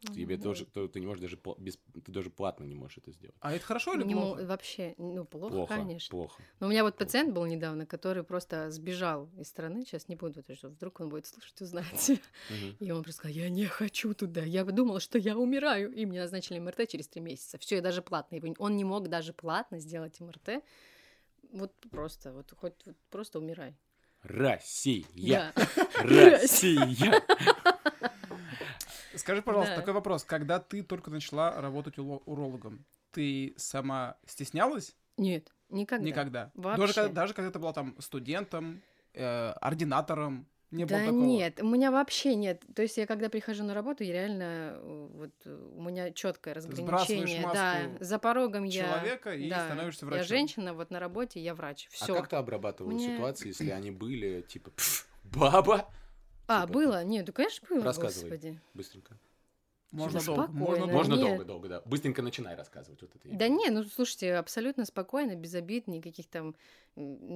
[SPEAKER 3] Тебе
[SPEAKER 2] Ну,
[SPEAKER 3] тоже, то- ты не можешь даже пла- без, ты даже платно не можешь это сделать.
[SPEAKER 1] А это хорошо или
[SPEAKER 2] не мо-
[SPEAKER 1] плохо?
[SPEAKER 2] Вообще, ну, плохо,
[SPEAKER 3] плохо,
[SPEAKER 2] конечно.
[SPEAKER 3] плохо.
[SPEAKER 2] Но у меня вот
[SPEAKER 3] плохо.
[SPEAKER 2] пациент был недавно, который просто сбежал из страны. Сейчас не буду, потому что вдруг он будет слушать, узнать. [laughs] себя.
[SPEAKER 3] Мгм.
[SPEAKER 2] И он просто сказал, я не хочу туда, я думала, что я умираю. И мне назначили МРТ через три месяца. Все, я даже платно. его не- Он не мог даже платно сделать МРТ. Вот просто, вот хоть вот просто умирай.
[SPEAKER 3] Россия,
[SPEAKER 2] Да.
[SPEAKER 3] [laughs]
[SPEAKER 2] [laughs]
[SPEAKER 3] Россия.
[SPEAKER 1] Скажи, пожалуйста,
[SPEAKER 2] Да.
[SPEAKER 1] такой вопрос. Когда ты только начала работать уло- урологом, ты сама стеснялась?
[SPEAKER 2] Нет, никогда.
[SPEAKER 1] Никогда.
[SPEAKER 2] Вообще.
[SPEAKER 1] Даже, когда, даже когда ты была там студентом, э, ординатором, Не было
[SPEAKER 2] да
[SPEAKER 1] такого?
[SPEAKER 2] нет, у меня вообще нет. То есть я когда прихожу на работу, я реально э, вот э, у меня четкое
[SPEAKER 1] Сбрасываешь
[SPEAKER 2] разграничение. Да,
[SPEAKER 1] маску
[SPEAKER 2] за порогом я
[SPEAKER 1] человека и
[SPEAKER 2] да,
[SPEAKER 1] становишься
[SPEAKER 2] Я
[SPEAKER 1] врачом.
[SPEAKER 2] женщина, вот на работе я врач. Все.
[SPEAKER 3] А как ты обрабатывал
[SPEAKER 2] Мне-
[SPEAKER 3] ситуации, если они были, типа, «Пф, баба?
[SPEAKER 2] А,
[SPEAKER 3] Типа,
[SPEAKER 2] было? Нет, да, конечно, было,
[SPEAKER 3] Рассказывай.
[SPEAKER 2] господи.
[SPEAKER 3] Быстренько.
[SPEAKER 1] Можно
[SPEAKER 2] Всё
[SPEAKER 1] долго.
[SPEAKER 2] спокойно.
[SPEAKER 1] Можно долго.
[SPEAKER 3] Можно
[SPEAKER 2] нет.
[SPEAKER 3] долго-долго, да. Быстренько начинай рассказывать. Вот это я
[SPEAKER 2] Да
[SPEAKER 3] люблю.
[SPEAKER 2] не, ну слушайте, абсолютно спокойно, без обид, никаких там, м,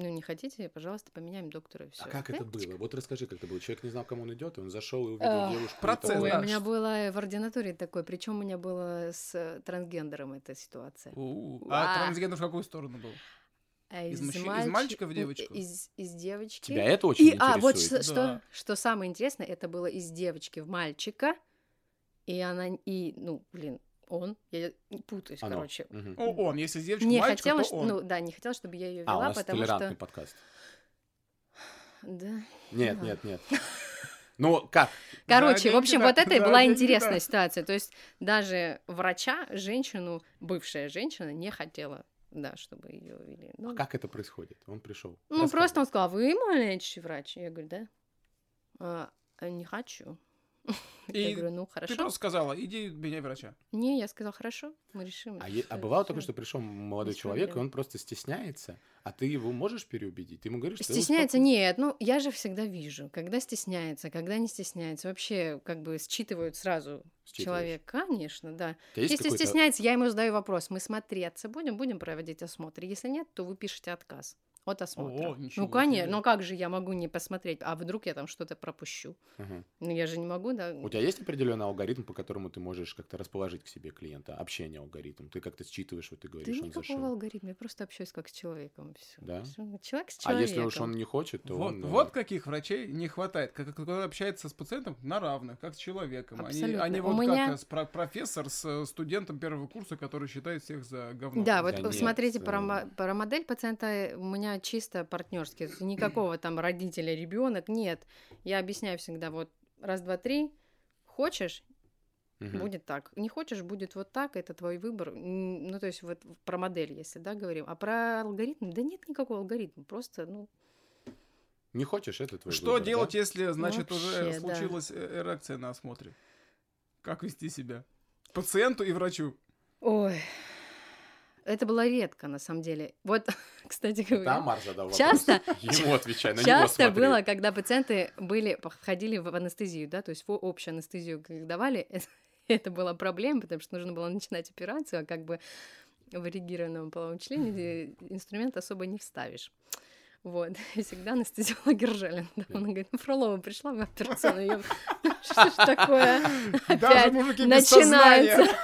[SPEAKER 2] ну не хотите, пожалуйста, поменяем доктора, все.
[SPEAKER 3] А как это было? Вот расскажи, как это было. Человек не знал, к кому он идет, и он зашел и увидел
[SPEAKER 2] Эх,
[SPEAKER 3] девушку. и
[SPEAKER 1] процесс,
[SPEAKER 3] такой,
[SPEAKER 2] Ой,
[SPEAKER 1] да.
[SPEAKER 2] у меня было в ординатуре такое, причем у меня было с э, трансгендером эта ситуация.
[SPEAKER 1] У-у.
[SPEAKER 2] Уа.
[SPEAKER 1] А трансгендер в какую сторону был?
[SPEAKER 2] А
[SPEAKER 1] Из мужч- из
[SPEAKER 2] мальчи-
[SPEAKER 1] мальчика в
[SPEAKER 2] ну,
[SPEAKER 1] девочку?
[SPEAKER 2] Из, из девочки.
[SPEAKER 3] Тебя это очень
[SPEAKER 2] И, а, вот
[SPEAKER 3] интересует.
[SPEAKER 2] что,
[SPEAKER 1] Да.
[SPEAKER 2] что, что самое интересное, это было из девочки в мальчика, и она, и, ну, блин, он, я путаюсь,
[SPEAKER 3] Оно.
[SPEAKER 2] короче.
[SPEAKER 3] Мгм.
[SPEAKER 1] О, он. Если с девочкой
[SPEAKER 2] Не
[SPEAKER 1] мальчика,
[SPEAKER 2] хотелось,
[SPEAKER 1] то он.
[SPEAKER 2] ну, да, не хотелось, чтобы я ее
[SPEAKER 3] А, у
[SPEAKER 2] вела,
[SPEAKER 3] нас
[SPEAKER 2] потому
[SPEAKER 3] толерантный
[SPEAKER 2] что...
[SPEAKER 3] подкаст.
[SPEAKER 2] Да.
[SPEAKER 3] Нет,
[SPEAKER 2] Да.
[SPEAKER 3] нет,
[SPEAKER 2] [laughs]
[SPEAKER 3] нет. Ну, как?
[SPEAKER 2] Короче, в
[SPEAKER 1] деньги,
[SPEAKER 2] общем,
[SPEAKER 1] да,
[SPEAKER 2] вот это и
[SPEAKER 1] да,
[SPEAKER 2] была
[SPEAKER 1] деньги,
[SPEAKER 2] интересная
[SPEAKER 1] да.
[SPEAKER 2] ситуация. То есть даже врача, женщину, бывшая женщина, не хотела, да, чтобы ее вели. Ну,
[SPEAKER 3] А как это происходит? Он пришел.
[SPEAKER 2] ну
[SPEAKER 3] Рассказывай.
[SPEAKER 2] просто он сказал, вы мой лечащий врач. Я говорю, да. «А, а, не хочу. [laughs] Я
[SPEAKER 1] И
[SPEAKER 2] говорю, ну
[SPEAKER 1] ты
[SPEAKER 2] хорошо.
[SPEAKER 1] просто сказала, иди меня врача.
[SPEAKER 2] Не, я сказала, хорошо, мы решим.
[SPEAKER 3] А,
[SPEAKER 2] это
[SPEAKER 3] е- а
[SPEAKER 2] всё,
[SPEAKER 3] бывало
[SPEAKER 2] всё».
[SPEAKER 3] такое, что пришел молодой
[SPEAKER 2] Без
[SPEAKER 3] человек, и
[SPEAKER 2] проблем.
[SPEAKER 3] он просто стесняется, а ты его можешь переубедить? Ты ему говоришь, что...
[SPEAKER 2] Стесняется? Нет, ну я же всегда вижу, когда стесняется, когда не стесняется. Вообще как бы считывают сразу человек. Конечно, да. Если стесняется, я ему задаю вопрос. Мы смотреться будем, будем проводить осмотр. Если нет, то вы пишете отказ от осмотра.
[SPEAKER 1] О, ничего
[SPEAKER 2] ну, конечно,
[SPEAKER 1] себе.
[SPEAKER 2] ну как же я могу не посмотреть? А вдруг я там что-то пропущу? Ну, я же не могу, да?
[SPEAKER 3] У тебя есть определенный алгоритм, по которому ты можешь как-то расположить к себе клиента? Общение алгоритм. Ты как-то считываешь, вот ты
[SPEAKER 2] Да
[SPEAKER 3] говоришь, он
[SPEAKER 2] никакого
[SPEAKER 3] зашел.
[SPEAKER 2] алгоритма, я просто общаюсь как с человеком. Всё.
[SPEAKER 3] Да?
[SPEAKER 2] Всё, Человек с
[SPEAKER 3] А
[SPEAKER 2] человеком.
[SPEAKER 3] если уж он не хочет, то
[SPEAKER 1] Вот,
[SPEAKER 3] он... э,
[SPEAKER 1] вот каких врачей не хватает, как, как- когда общается с пациентом на равных, как с человеком. Они- Они,
[SPEAKER 2] Абсолютно.
[SPEAKER 1] вот
[SPEAKER 2] У меня-
[SPEAKER 1] как э, с про- профессор с э, студентом первого курса, который считает всех за говно.
[SPEAKER 2] Да,
[SPEAKER 3] Да
[SPEAKER 2] вот
[SPEAKER 3] нет,
[SPEAKER 2] смотрите,
[SPEAKER 3] э,
[SPEAKER 2] про, мо- про модель пациента у меня чисто партнерский.
[SPEAKER 3] [clears throat]
[SPEAKER 2] Никакого там родителя, ребенок, нет. Я объясняю всегда, вот раз, два, три, хочешь,
[SPEAKER 3] мгм.
[SPEAKER 2] Будет так. Не хочешь, будет вот так, это твой выбор. М, Ну, то есть вот в- про модель, если, да, говорим. А про алгоритм? Да нет никакого алгоритма, просто, ну...
[SPEAKER 3] Не хочешь, это твой
[SPEAKER 1] Что
[SPEAKER 3] выбор, да?
[SPEAKER 1] делать, если, значит, уже
[SPEAKER 2] Вообще, да.
[SPEAKER 1] случилась э, эрекция на осмотре? Как вести себя? Пациенту и
[SPEAKER 2] [laughs]
[SPEAKER 1] врачу.
[SPEAKER 2] Ой... Это было редко, на самом деле. Вот, [laughs] кстати говоря,
[SPEAKER 3] Тамар задал вопрос.
[SPEAKER 2] часто,
[SPEAKER 3] Ему отвечай, на него
[SPEAKER 2] часто
[SPEAKER 3] смотри.
[SPEAKER 2] было, когда пациенты были, ходили в анестезию, да, то есть в общую анестезию как давали, [laughs] это, это была проблема, потому что нужно было начинать операцию, а как бы в эрегированном половом члене э, инструмент особо не вставишь. Вот, [laughs] и всегда анестезиолог ржали. надо мной. Она говорит, ну, Фролова пришла в операционную, её- [laughs] что ж такое?
[SPEAKER 1] Даже
[SPEAKER 2] Опять
[SPEAKER 1] мужики без сознания
[SPEAKER 2] [laughs] начинается.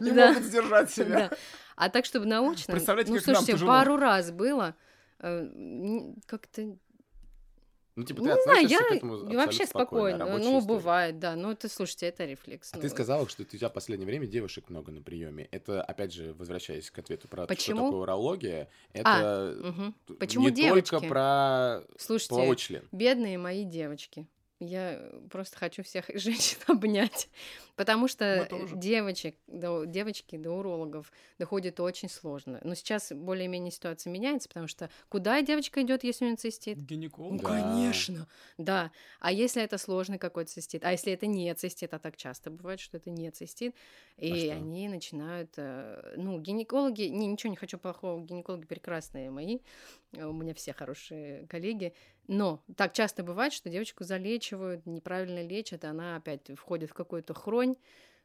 [SPEAKER 1] не
[SPEAKER 2] Да.
[SPEAKER 1] могут сдержать себя.
[SPEAKER 2] Да. А так, чтобы научно...
[SPEAKER 1] Представляете,
[SPEAKER 2] ну,
[SPEAKER 1] как нам
[SPEAKER 2] слушайте,
[SPEAKER 1] тяжело.
[SPEAKER 2] пару раз было, э, н- как-то
[SPEAKER 3] Ну, типа, ты
[SPEAKER 2] Не знаю,
[SPEAKER 3] относишься
[SPEAKER 2] а я
[SPEAKER 3] к этому
[SPEAKER 2] и вообще
[SPEAKER 3] абсолютно спокойно.
[SPEAKER 2] спокойно.
[SPEAKER 3] рабочая
[SPEAKER 2] Ну,
[SPEAKER 3] история.
[SPEAKER 2] бывает, да. Ну, это, слушайте, это рефлекс.
[SPEAKER 3] А
[SPEAKER 2] ну.
[SPEAKER 3] ты сказала, что у тебя в последнее время девушек много на приеме. Это, опять же, возвращаясь к ответу про
[SPEAKER 2] Почему?
[SPEAKER 3] что такое урология, это
[SPEAKER 2] Мгм.
[SPEAKER 3] т-
[SPEAKER 2] Почему
[SPEAKER 3] не только
[SPEAKER 2] девочки?
[SPEAKER 3] про
[SPEAKER 2] Слушайте,
[SPEAKER 3] половой член.
[SPEAKER 2] бедные мои девочки. Я э, просто хочу всех [laughs] женщин обнять, потому
[SPEAKER 1] Мы
[SPEAKER 2] что
[SPEAKER 1] тоже.
[SPEAKER 2] девочек, до, девочки до урологов доходит очень сложно. Но сейчас более-менее ситуация меняется, потому что куда девочка идет, если у нее цистит? Ну,
[SPEAKER 1] Гинеколог.
[SPEAKER 3] Да.
[SPEAKER 2] конечно, да. А если это сложный какой-то цистит? А если это не цистит, а так часто бывает, что это не цистит, и
[SPEAKER 3] А что?
[SPEAKER 2] они начинают... э, Ну, гинекологи... Не, ничего не хочу плохого, гинекологи прекрасные мои, э, у меня все хорошие коллеги, но так часто бывает, что девочку залечивают, неправильно лечат, и она опять входит в какую-то хронь,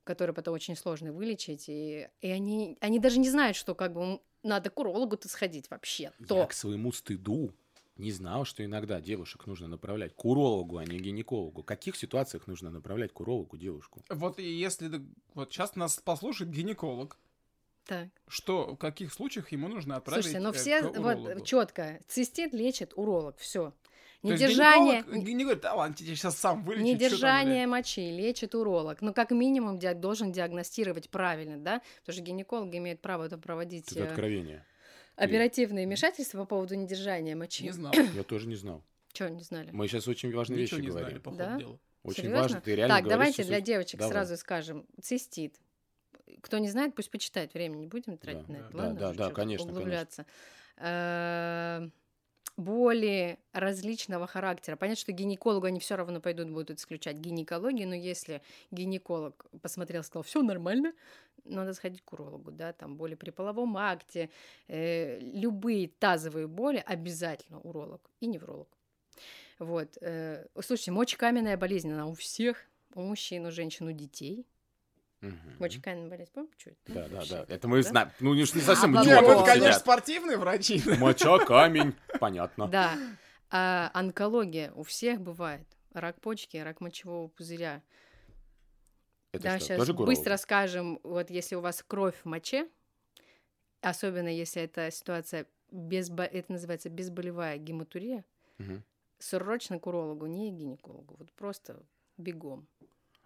[SPEAKER 2] которую потом очень сложно вылечить, и, и они, они даже не знают, что как бы м, надо к урологу-то сходить вообще-то.
[SPEAKER 3] Я к своему стыду не знал, что иногда девушек нужно направлять к урологу, а не гинекологу. В каких ситуациях нужно направлять к урологу девушку?
[SPEAKER 1] Вот и если ты- вот сейчас нас послушает гинеколог,
[SPEAKER 2] Так.
[SPEAKER 1] что в каких случаях ему нужно отправить?
[SPEAKER 2] Слушайте, но
[SPEAKER 1] э,
[SPEAKER 2] ну все
[SPEAKER 1] к урологу?
[SPEAKER 2] вот четко. Цистит лечит уролог, все.
[SPEAKER 1] То есть
[SPEAKER 2] Недержание,
[SPEAKER 1] гинеколог, э, не говорит, да ладно, тебе сейчас сам вылечу.
[SPEAKER 2] недержание мочи лечит уролог. Но как минимум диаг- должен диагностировать правильно, да? Потому что гинеколог имеет право там проводить
[SPEAKER 3] Это
[SPEAKER 2] э,
[SPEAKER 3] откровение.
[SPEAKER 2] оперативные вмешательства по поводу недержания мочи.
[SPEAKER 1] Не знал.
[SPEAKER 2] [coughs]
[SPEAKER 3] Я тоже не
[SPEAKER 2] [laughs]
[SPEAKER 3] знал.
[SPEAKER 2] Чё, не знали?
[SPEAKER 3] Мы сейчас очень важные
[SPEAKER 1] Ничего
[SPEAKER 3] вещи
[SPEAKER 1] не знали,
[SPEAKER 3] говорим.
[SPEAKER 1] по
[SPEAKER 2] Да?
[SPEAKER 1] ходу дела.
[SPEAKER 3] Очень
[SPEAKER 2] Серьёзно?
[SPEAKER 3] важно. Ты реально
[SPEAKER 2] так,
[SPEAKER 3] говоришь
[SPEAKER 2] давайте
[SPEAKER 3] сейчас
[SPEAKER 2] для
[SPEAKER 3] очень-
[SPEAKER 2] девочек
[SPEAKER 3] Давай.
[SPEAKER 2] сразу скажем. Цистит. Кто не знает, пусть почитает. Время не будем тратить
[SPEAKER 3] Да,
[SPEAKER 2] на
[SPEAKER 1] да,
[SPEAKER 2] это.
[SPEAKER 3] да,
[SPEAKER 2] ладно,
[SPEAKER 3] да,
[SPEAKER 2] уже
[SPEAKER 3] да,
[SPEAKER 2] чё
[SPEAKER 3] конечно, конечно.
[SPEAKER 2] Углубляться. Э, боли различного характера. Понятно, что гинекологу они все равно пойдут, будут исключать гинекологию, но если гинеколог посмотрел, сказал, все нормально, надо сходить к урологу, да, там боли при половом акте, э, любые тазовые боли обязательно уролог и невролог. Вот, э, слушайте, мочекаменная болезнь, она у всех, у мужчин, у женщин, у детей.
[SPEAKER 3] Мгм.
[SPEAKER 2] Мочекаменная болезнь, помните, что это?
[SPEAKER 3] Да, да,
[SPEAKER 2] Вообще
[SPEAKER 3] да.
[SPEAKER 2] как-то,
[SPEAKER 3] Это мы
[SPEAKER 2] да?
[SPEAKER 3] знаем. Ну, не не
[SPEAKER 2] Да,
[SPEAKER 3] совсем
[SPEAKER 2] обалдеть.
[SPEAKER 1] Не,
[SPEAKER 3] идиоты
[SPEAKER 2] вот,
[SPEAKER 1] ну
[SPEAKER 3] тут
[SPEAKER 1] это, конечно,
[SPEAKER 3] сидят.
[SPEAKER 1] спортивные врачи.
[SPEAKER 3] Моча, камень. Понятно.
[SPEAKER 2] Да. А онкология у всех бывает. Рак почки, рак мочевого пузыря.
[SPEAKER 3] Это
[SPEAKER 2] да,
[SPEAKER 3] что,
[SPEAKER 2] сейчас
[SPEAKER 3] тоже курорт?
[SPEAKER 2] быстро скажем, вот если у вас кровь в моче, особенно если это ситуация без, это называется безболевая гематурия,
[SPEAKER 3] Мгм.
[SPEAKER 2] срочно к урологу, не к гинекологу, вот просто бегом.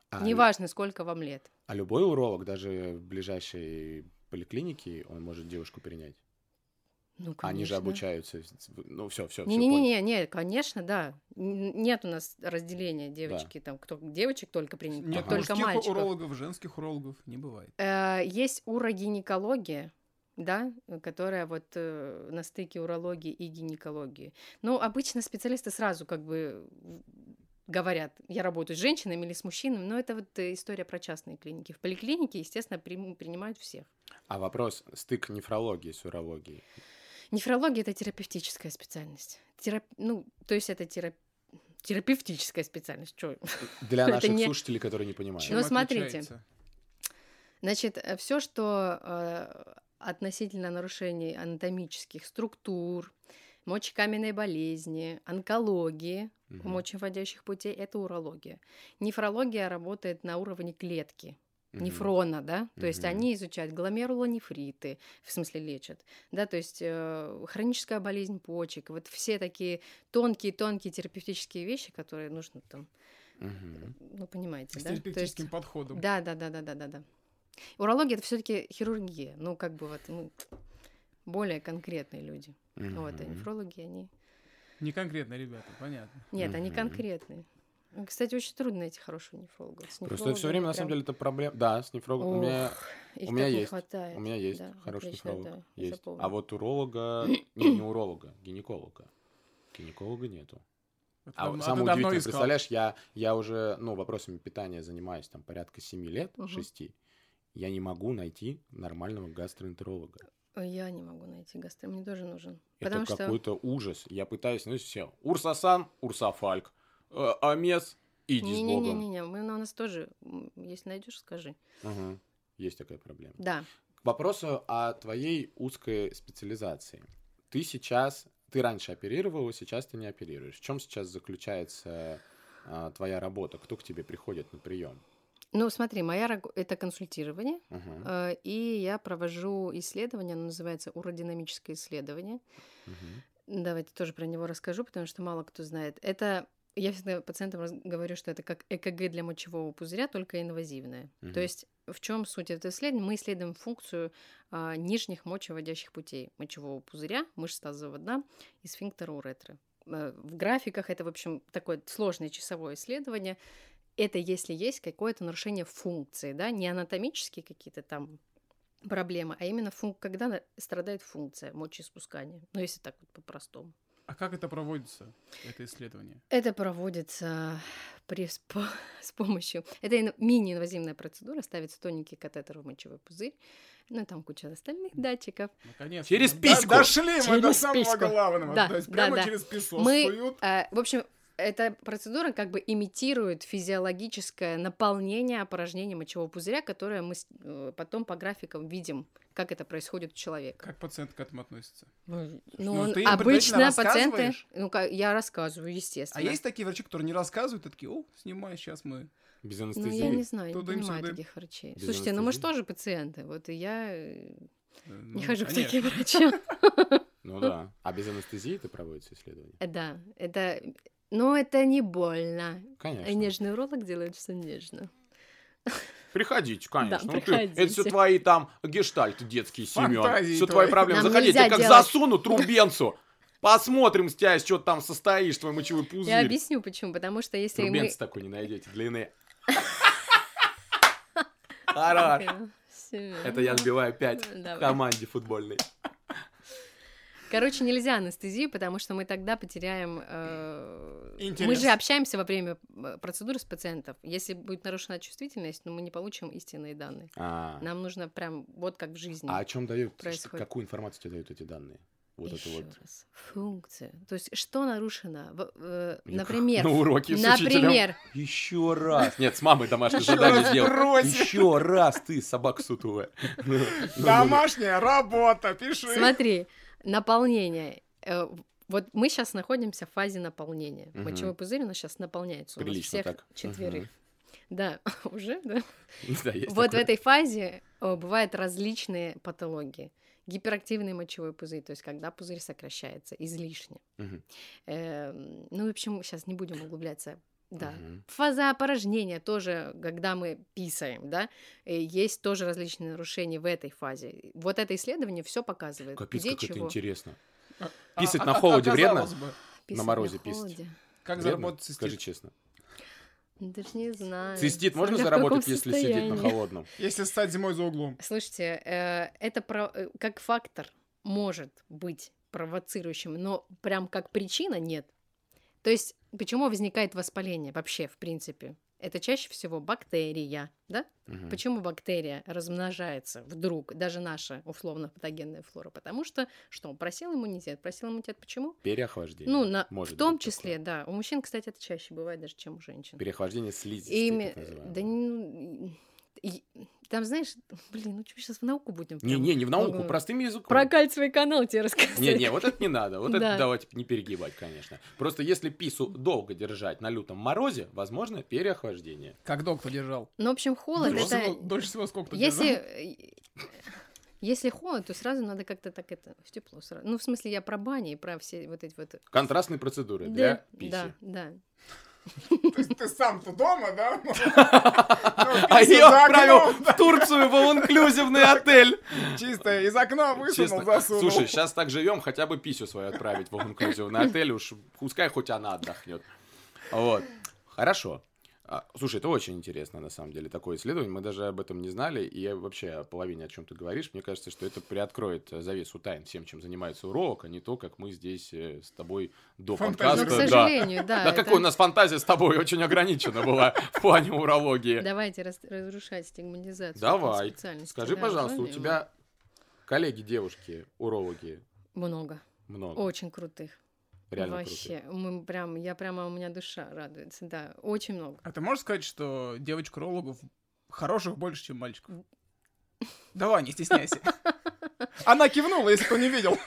[SPEAKER 3] А,
[SPEAKER 2] Неважно, сколько вам лет.
[SPEAKER 3] А любой уролог, даже в ближайшей поликлинике, он может девушку перенять.
[SPEAKER 2] Ну,
[SPEAKER 3] Они же
[SPEAKER 2] конечно.
[SPEAKER 3] обучаются. Ну, все, все, все.
[SPEAKER 2] Не-не-не, не, конечно, да. Н- Нет у нас разделения девочки, там, кто девочек только принят,
[SPEAKER 1] Нет
[SPEAKER 3] Ага.
[SPEAKER 2] только
[SPEAKER 1] мужских
[SPEAKER 2] мальчиков.
[SPEAKER 1] урологов, женских урологов не бывает.
[SPEAKER 2] Э, Есть урогинекология, да, которая вот э, на стыке урологии и гинекологии. Но обычно специалисты сразу как бы в- говорят, я работаю с женщинами или с мужчинами, но это вот э, история про частные клиники. В поликлинике, естественно, прим- принимают всех.
[SPEAKER 3] А вопрос, стык нефрологии с урологией.
[SPEAKER 2] Нефрология это терапевтическая специальность. Терап- Ну, то есть это терап- терапевтическая специальность. Чё?
[SPEAKER 3] Для
[SPEAKER 2] Это
[SPEAKER 3] наших
[SPEAKER 2] не-
[SPEAKER 3] слушателей, которые не понимают.
[SPEAKER 2] Ну, смотрите.
[SPEAKER 1] отличается?
[SPEAKER 2] Значит, все, что э, относительно нарушений анатомических структур, мочекаменной болезни, онкологии,
[SPEAKER 3] Мгм.
[SPEAKER 2] мочеводящих путей, это урология. Нефрология работает на уровне клетки,
[SPEAKER 3] Мгм.
[SPEAKER 2] нефрона, да, то есть
[SPEAKER 3] Мгм.
[SPEAKER 2] они изучают гломерулонефриты, в смысле лечат, да, то есть э, хроническая болезнь почек, вот все такие тонкие-тонкие терапевтические вещи, которые нужно там,
[SPEAKER 3] Мгм.
[SPEAKER 2] ну, понимаете,
[SPEAKER 1] С
[SPEAKER 2] да, то есть...
[SPEAKER 1] терапевтическим подходом.
[SPEAKER 2] Да, да, да, да, да, да, да. Урология это все-таки хирургия. Ну, как бы вот мы более конкретные люди. Вот, а
[SPEAKER 3] Мгм.
[SPEAKER 2] нефрологи, они.
[SPEAKER 1] Не конкретно, ребята, понятно.
[SPEAKER 2] Нет, они
[SPEAKER 3] Мгм.
[SPEAKER 2] конкретные. Ну, Кстати, очень трудно найти хорошего нефролога.
[SPEAKER 3] Просто
[SPEAKER 2] С
[SPEAKER 3] все
[SPEAKER 2] нефрологами
[SPEAKER 3] время, на самом
[SPEAKER 2] прям-
[SPEAKER 3] деле, это проблема. Да, с нефрологом. У меня,
[SPEAKER 2] Ох, их
[SPEAKER 3] у меня
[SPEAKER 2] так не
[SPEAKER 3] есть.
[SPEAKER 2] хватает.
[SPEAKER 3] у меня есть
[SPEAKER 2] Да,
[SPEAKER 3] хороший
[SPEAKER 2] отлично,
[SPEAKER 3] нефролог.
[SPEAKER 2] да, я
[SPEAKER 3] есть.
[SPEAKER 2] запомню.
[SPEAKER 3] А вот
[SPEAKER 2] [clears throat]
[SPEAKER 3] уролога... Не, не уролога, гинеколога. Гинеколога нету.
[SPEAKER 1] Это
[SPEAKER 3] А
[SPEAKER 1] давно-
[SPEAKER 3] вот самое
[SPEAKER 1] а ты давно
[SPEAKER 3] удивительное,
[SPEAKER 1] искал?
[SPEAKER 3] представляешь, я, я уже ну, вопросами питания занимаюсь там порядка 7 лет,
[SPEAKER 2] Мгм.
[SPEAKER 3] 6. Я не могу найти нормального гастроэнтеролога.
[SPEAKER 2] Ой, Я не могу найти гастро, мне тоже нужен.
[SPEAKER 3] Это
[SPEAKER 2] Потому что
[SPEAKER 3] какой-то ужас. Я пытаюсь, ну, все. Урсасан, Урсафальк, э, Амес, иди с Богом.
[SPEAKER 2] не-не-не-не, мы- ну, у нас тоже, м, если найдешь, скажи.
[SPEAKER 3] Мгм. Есть такая проблема.
[SPEAKER 2] Да.
[SPEAKER 3] К вопросу о твоей узкой специализации. Ты сейчас, ты раньше оперировала, сейчас ты не оперируешь. В чем сейчас заключается а, твоя работа? Кто к тебе приходит на прием?
[SPEAKER 2] Ну, смотри, моя раг- это консультирование.
[SPEAKER 3] Мгм.
[SPEAKER 2] Э, И я провожу исследование, оно называется уродинамическое исследование.
[SPEAKER 3] Мгм.
[SPEAKER 2] Давайте тоже про него расскажу, потому что мало кто знает. Это я всегда пациентам раз- говорю, что это как ЭКГ для мочевого пузыря, только инвазивное.
[SPEAKER 3] Мгм.
[SPEAKER 2] То есть в чем суть этого исследования? Мы исследуем функцию а, нижних мочеводящих путей мочевого пузыря, мышц тазового дна и сфинктера уретры. Э, В графиках это, в общем, такое сложное часовое исследование. Это если есть какое-то нарушение функции, да, не анатомические какие-то там проблемы, а именно функ- когда на- страдает функция мочеиспускания, ну если так вот по-простому.
[SPEAKER 1] А как это проводится, это исследование?
[SPEAKER 2] Это проводится при, с по- [laughs] с помощью... Это ин- мини-инвазивная процедура, ставится тоненький катетер в мочевой пузырь, ну и там куча остальных датчиков.
[SPEAKER 1] Наконец.
[SPEAKER 3] Через письку!
[SPEAKER 1] Дошли мы до
[SPEAKER 2] Через
[SPEAKER 1] самого
[SPEAKER 2] письку.
[SPEAKER 1] главного.
[SPEAKER 2] Да,
[SPEAKER 1] То есть
[SPEAKER 2] да,
[SPEAKER 1] прямо
[SPEAKER 2] да.
[SPEAKER 1] через песок
[SPEAKER 2] Мы-
[SPEAKER 1] суют.
[SPEAKER 2] А, в общем, эта процедура как бы имитирует физиологическое наполнение опорожнения мочевого пузыря, которое мы с- э, потом по графикам видим, как это происходит у человека.
[SPEAKER 1] Как пациент к этому относится?
[SPEAKER 2] Ну,
[SPEAKER 1] ну,
[SPEAKER 2] он-
[SPEAKER 1] ты им предварительно
[SPEAKER 2] обычно пациенты...
[SPEAKER 1] рассказываешь?
[SPEAKER 2] Ну, ка- я рассказываю,
[SPEAKER 1] А
[SPEAKER 2] естественно.
[SPEAKER 1] есть такие врачи, которые не рассказывают,
[SPEAKER 2] а
[SPEAKER 1] и такие, о, снимай, сейчас мы.
[SPEAKER 3] Без
[SPEAKER 2] Ну,
[SPEAKER 3] анестезии.
[SPEAKER 2] я не знаю, не
[SPEAKER 1] Туда им
[SPEAKER 2] понимаю
[SPEAKER 1] сюда им.
[SPEAKER 2] таких врачей.
[SPEAKER 3] Без
[SPEAKER 2] Слушайте, ну мы же
[SPEAKER 3] анестезии.
[SPEAKER 2] тоже пациенты. Вот и я э,
[SPEAKER 1] э, ну,
[SPEAKER 2] не хожу к
[SPEAKER 1] конечно.
[SPEAKER 2] таким врачам.
[SPEAKER 1] [laughs]
[SPEAKER 3] Ну да. А без анестезии это проводится исследование?
[SPEAKER 2] Да, это... Но это не больно.
[SPEAKER 3] Конечно.
[SPEAKER 2] Нежный уролог делает все нежно.
[SPEAKER 3] Приходите, конечно.
[SPEAKER 2] Да,
[SPEAKER 3] Ну ты-
[SPEAKER 2] приходите.
[SPEAKER 3] это все твои там гештальты детские, Семен.
[SPEAKER 1] Фантазии
[SPEAKER 3] Все твои
[SPEAKER 1] твои.
[SPEAKER 3] проблемы.
[SPEAKER 2] Нам
[SPEAKER 3] Заходите, я
[SPEAKER 2] нельзя
[SPEAKER 3] как
[SPEAKER 2] делать.
[SPEAKER 3] засуну трубенцу. Посмотрим с тебя, из чего ты там состоишь, твой мочевой
[SPEAKER 2] Я
[SPEAKER 3] пузырь.
[SPEAKER 2] объясню, почему. Потому что если мы...
[SPEAKER 3] Трубенцы
[SPEAKER 2] [laughs]
[SPEAKER 3] такой не найдете, длины. Хорош.
[SPEAKER 2] Да, всё
[SPEAKER 3] Это
[SPEAKER 2] верно.
[SPEAKER 3] я отбиваю пять в
[SPEAKER 2] ну, Давай.
[SPEAKER 3] команде футбольной.
[SPEAKER 2] Короче, нельзя анестезию, потому что мы тогда потеряем... э, Мы
[SPEAKER 1] Интерес.
[SPEAKER 2] же общаемся во время э, процедуры с пациентом. Если будет нарушена чувствительность, ну, мы не получим истинные данные.
[SPEAKER 3] А,
[SPEAKER 2] Нам нужно прям вот как в жизни.
[SPEAKER 3] а о чем дают? что-
[SPEAKER 2] происходит.
[SPEAKER 3] Какую информацию тебе дают эти данные? Вот это
[SPEAKER 2] Ещё
[SPEAKER 3] вот.
[SPEAKER 2] раз. Функция. То есть что нарушено? В- э,
[SPEAKER 3] Я как [laughs]
[SPEAKER 2] Например,
[SPEAKER 3] На уроке с учителем.
[SPEAKER 2] например,
[SPEAKER 3] Еще раз. Нет, с мамой домашнее
[SPEAKER 1] Ещё
[SPEAKER 3] задание
[SPEAKER 1] раз
[SPEAKER 3] сделал.
[SPEAKER 1] брось.
[SPEAKER 3] Еще раз ты, собака сутулая. Ну, ну,
[SPEAKER 1] Домашняя работа, пиши.
[SPEAKER 2] Смотри, наполнение. Э, в- Вот мы сейчас находимся в фазе наполнения.
[SPEAKER 3] Мгм.
[SPEAKER 2] Мочевой пузырь у нас сейчас наполняется. У нас
[SPEAKER 3] ну, Прилично
[SPEAKER 2] всех
[SPEAKER 3] так.
[SPEAKER 2] четверых. Да, [laughs] уже, да?
[SPEAKER 3] ну, да, есть
[SPEAKER 2] вот
[SPEAKER 3] такое.
[SPEAKER 2] в этой фазе э, бывают различные патологии. Гиперактивный мочевой пузырь, то есть когда пузырь сокращается излишне.
[SPEAKER 3] Мгм.
[SPEAKER 2] Эм, ну, в общем, сейчас не будем углубляться. Да.
[SPEAKER 3] Мгм.
[SPEAKER 2] Фаза опорожнения тоже, когда мы писаем, да, э, есть тоже различные нарушения в этой фазе. Вот это исследование все показывает.
[SPEAKER 3] Капец,
[SPEAKER 2] где
[SPEAKER 3] как это
[SPEAKER 2] чего.
[SPEAKER 3] интересно.
[SPEAKER 1] А-
[SPEAKER 3] Писать
[SPEAKER 1] а-
[SPEAKER 3] на
[SPEAKER 1] а-
[SPEAKER 3] холоде вредно?
[SPEAKER 1] оказалось бы.
[SPEAKER 2] Писать
[SPEAKER 3] морозе
[SPEAKER 2] на
[SPEAKER 3] писать.
[SPEAKER 2] холоде.
[SPEAKER 1] Как
[SPEAKER 3] Вредно?
[SPEAKER 1] заработать
[SPEAKER 3] Скажи
[SPEAKER 1] цистит?
[SPEAKER 3] честно.
[SPEAKER 2] Ну, Даже не знаю.
[SPEAKER 3] Цистит можно
[SPEAKER 2] Смотря в каком
[SPEAKER 3] заработать, если сидеть на
[SPEAKER 2] состоянии.
[SPEAKER 3] холодном?
[SPEAKER 1] Если стать зимой за углом.
[SPEAKER 2] [laughs] Слушайте, э, это про- э, как фактор может быть провоцирующим, но прям как причина нет. То есть почему возникает воспаление вообще, в принципе? Это чаще всего бактерия, да?
[SPEAKER 3] Мгм.
[SPEAKER 2] Почему бактерия размножается вдруг, даже наша условно-патогенная флора? Потому что, что, просел иммунитет? Просел иммунитет почему?
[SPEAKER 3] Переохлаждение.
[SPEAKER 2] Ну, на,
[SPEAKER 3] Может
[SPEAKER 2] в том
[SPEAKER 3] быть такое.
[SPEAKER 2] числе, да. У мужчин, кстати, это чаще бывает даже, чем у женщин.
[SPEAKER 3] Переохлаждение слизистой,
[SPEAKER 2] Ими... э,
[SPEAKER 3] так называемой.
[SPEAKER 2] Да, ну, и- там, знаешь, блин, ну что, сейчас в науку будем? прям?
[SPEAKER 3] Не-не, не в науку,
[SPEAKER 2] Ого.
[SPEAKER 3] простым языком.
[SPEAKER 2] Про кальцевый канал тебе рассказать.
[SPEAKER 3] Не-не, вот это не надо, вот это
[SPEAKER 2] Да.
[SPEAKER 3] давайте не перегибать, конечно. Просто если пису долго держать на лютом морозе, возможно переохлаждение.
[SPEAKER 1] Как доктор держал.
[SPEAKER 2] Ну, в общем, холод
[SPEAKER 1] Дольше
[SPEAKER 2] это...
[SPEAKER 1] всего- дольше всего сколько ты
[SPEAKER 2] Если...
[SPEAKER 1] держал?
[SPEAKER 2] э, Если холод, то сразу надо как-то так это в тепло сразу. Ну, в смысле, я про бани и про все вот эти вот...
[SPEAKER 3] Контрастные процедуры для писи.
[SPEAKER 2] да, да.
[SPEAKER 1] [laughs] То есть ты сам-то дома, да?
[SPEAKER 3] [laughs]
[SPEAKER 1] Ну,
[SPEAKER 3] А ее отправил в Турцию в инклюзивный отель.
[SPEAKER 1] Чисто из окна высунул,
[SPEAKER 3] Честно,
[SPEAKER 1] засунул.
[SPEAKER 3] слушай, сейчас так живем, хотя бы писю свою отправить в инклюзивный отель, уж пускай хоть она отдохнет. Вот. Хорошо. А, Слушай, это очень интересно, на самом деле, такое исследование. Мы даже об этом не знали, и я вообще о половине, о чем ты говоришь. Мне кажется, что это приоткроет э, завесу тайн всем, чем занимается урок, а не то, как мы здесь э, с тобой до
[SPEAKER 1] Фантазируем.
[SPEAKER 2] Но,
[SPEAKER 3] подкаста.
[SPEAKER 2] Ну, к
[SPEAKER 1] Просто,
[SPEAKER 3] да.
[SPEAKER 2] сожалению, да.
[SPEAKER 3] Да
[SPEAKER 2] это-
[SPEAKER 3] какой у нас фантазия с тобой очень ограничена была [laughs] в плане урологии.
[SPEAKER 2] Давайте раз- разрушать стигматизацию. этой
[SPEAKER 3] Давай.
[SPEAKER 2] специальности,
[SPEAKER 3] Скажи,
[SPEAKER 2] да,
[SPEAKER 3] пожалуйста, у
[SPEAKER 2] правильно?
[SPEAKER 3] тебя коллеги, девушки, урологи
[SPEAKER 2] Много.
[SPEAKER 3] много.
[SPEAKER 2] Очень крутых.
[SPEAKER 3] реально
[SPEAKER 2] Вообще. Мы прям, я прямо, у меня душа радуется, да. Очень много.
[SPEAKER 1] А ты можешь сказать, что девочек-урологов хороших больше, чем мальчиков? Давай, не стесняйся. Она кивнула, если кто не видел.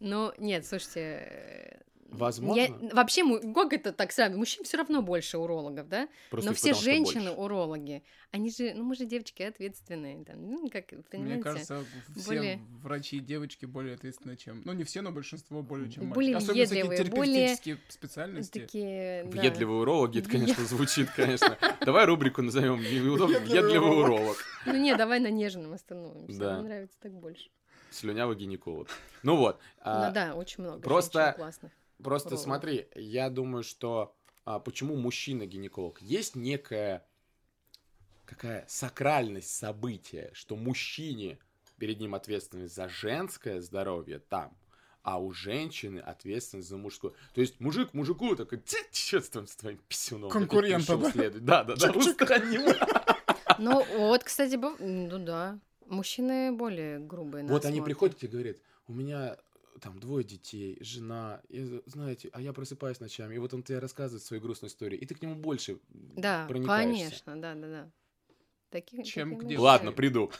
[SPEAKER 2] Ну, нет, слушайте. э,
[SPEAKER 3] Возможно.
[SPEAKER 2] я- вообще, му- как это так сами? Мужчин все равно больше урологов, да?
[SPEAKER 3] Просто
[SPEAKER 2] Но
[SPEAKER 3] их
[SPEAKER 2] все
[SPEAKER 3] потому что
[SPEAKER 2] женщины
[SPEAKER 3] больше.
[SPEAKER 2] урологи. Они же, ну мы же девочки ответственные, там, ну как, понимаете?
[SPEAKER 1] Мне кажется, все
[SPEAKER 2] более-
[SPEAKER 1] врачи и девочки более ответственны, чем... Ну, не все, но большинство более, чем мальчики.
[SPEAKER 2] Более
[SPEAKER 1] Особенно всякие
[SPEAKER 2] въедливые, более
[SPEAKER 1] терапевтические специальности.
[SPEAKER 2] такие. да.
[SPEAKER 3] Въедливый урологи, это, конечно, звучит, конечно. Давай рубрику назовем
[SPEAKER 1] Въедливый
[SPEAKER 3] «Въедливый
[SPEAKER 1] уролог».
[SPEAKER 3] уролог».
[SPEAKER 2] Ну не, давай на нежном остановимся.
[SPEAKER 3] Да.
[SPEAKER 2] Мне нравится так больше.
[SPEAKER 3] Слюнявый гинеколог. Ну вот. а,
[SPEAKER 2] ну да, очень много.
[SPEAKER 3] просто-
[SPEAKER 2] женщин классных.
[SPEAKER 3] Просто
[SPEAKER 2] Уролог.
[SPEAKER 3] смотри, я думаю, что а, почему мужчина-гинеколог? Есть некая какая сакральность события, что мужчине перед ним ответственность за женское здоровье там, а у женщины ответственность за мужское. То есть мужик мужику такой, что там с твоим писюном? опять
[SPEAKER 1] Конкурента,
[SPEAKER 3] пришёл
[SPEAKER 1] да?
[SPEAKER 3] следовать». Да, да, да,
[SPEAKER 1] Чик-чик.
[SPEAKER 3] устранил.
[SPEAKER 2] Ну вот, кстати, бо- ну да, мужчины более грубые. на
[SPEAKER 3] Вот они
[SPEAKER 2] осмотр.
[SPEAKER 3] приходят и говорят, у меня э, там двое детей, жена, и, э, знаете, а я просыпаюсь ночами, и вот он тебе рассказывает свою грустную историю, и ты к нему больше м,
[SPEAKER 2] Да,
[SPEAKER 3] проникаешься.
[SPEAKER 2] конечно, да, да, да. Таких,
[SPEAKER 1] Чем
[SPEAKER 2] такие
[SPEAKER 1] к
[SPEAKER 2] мужчины.
[SPEAKER 1] девушке.
[SPEAKER 3] Ладно, приду.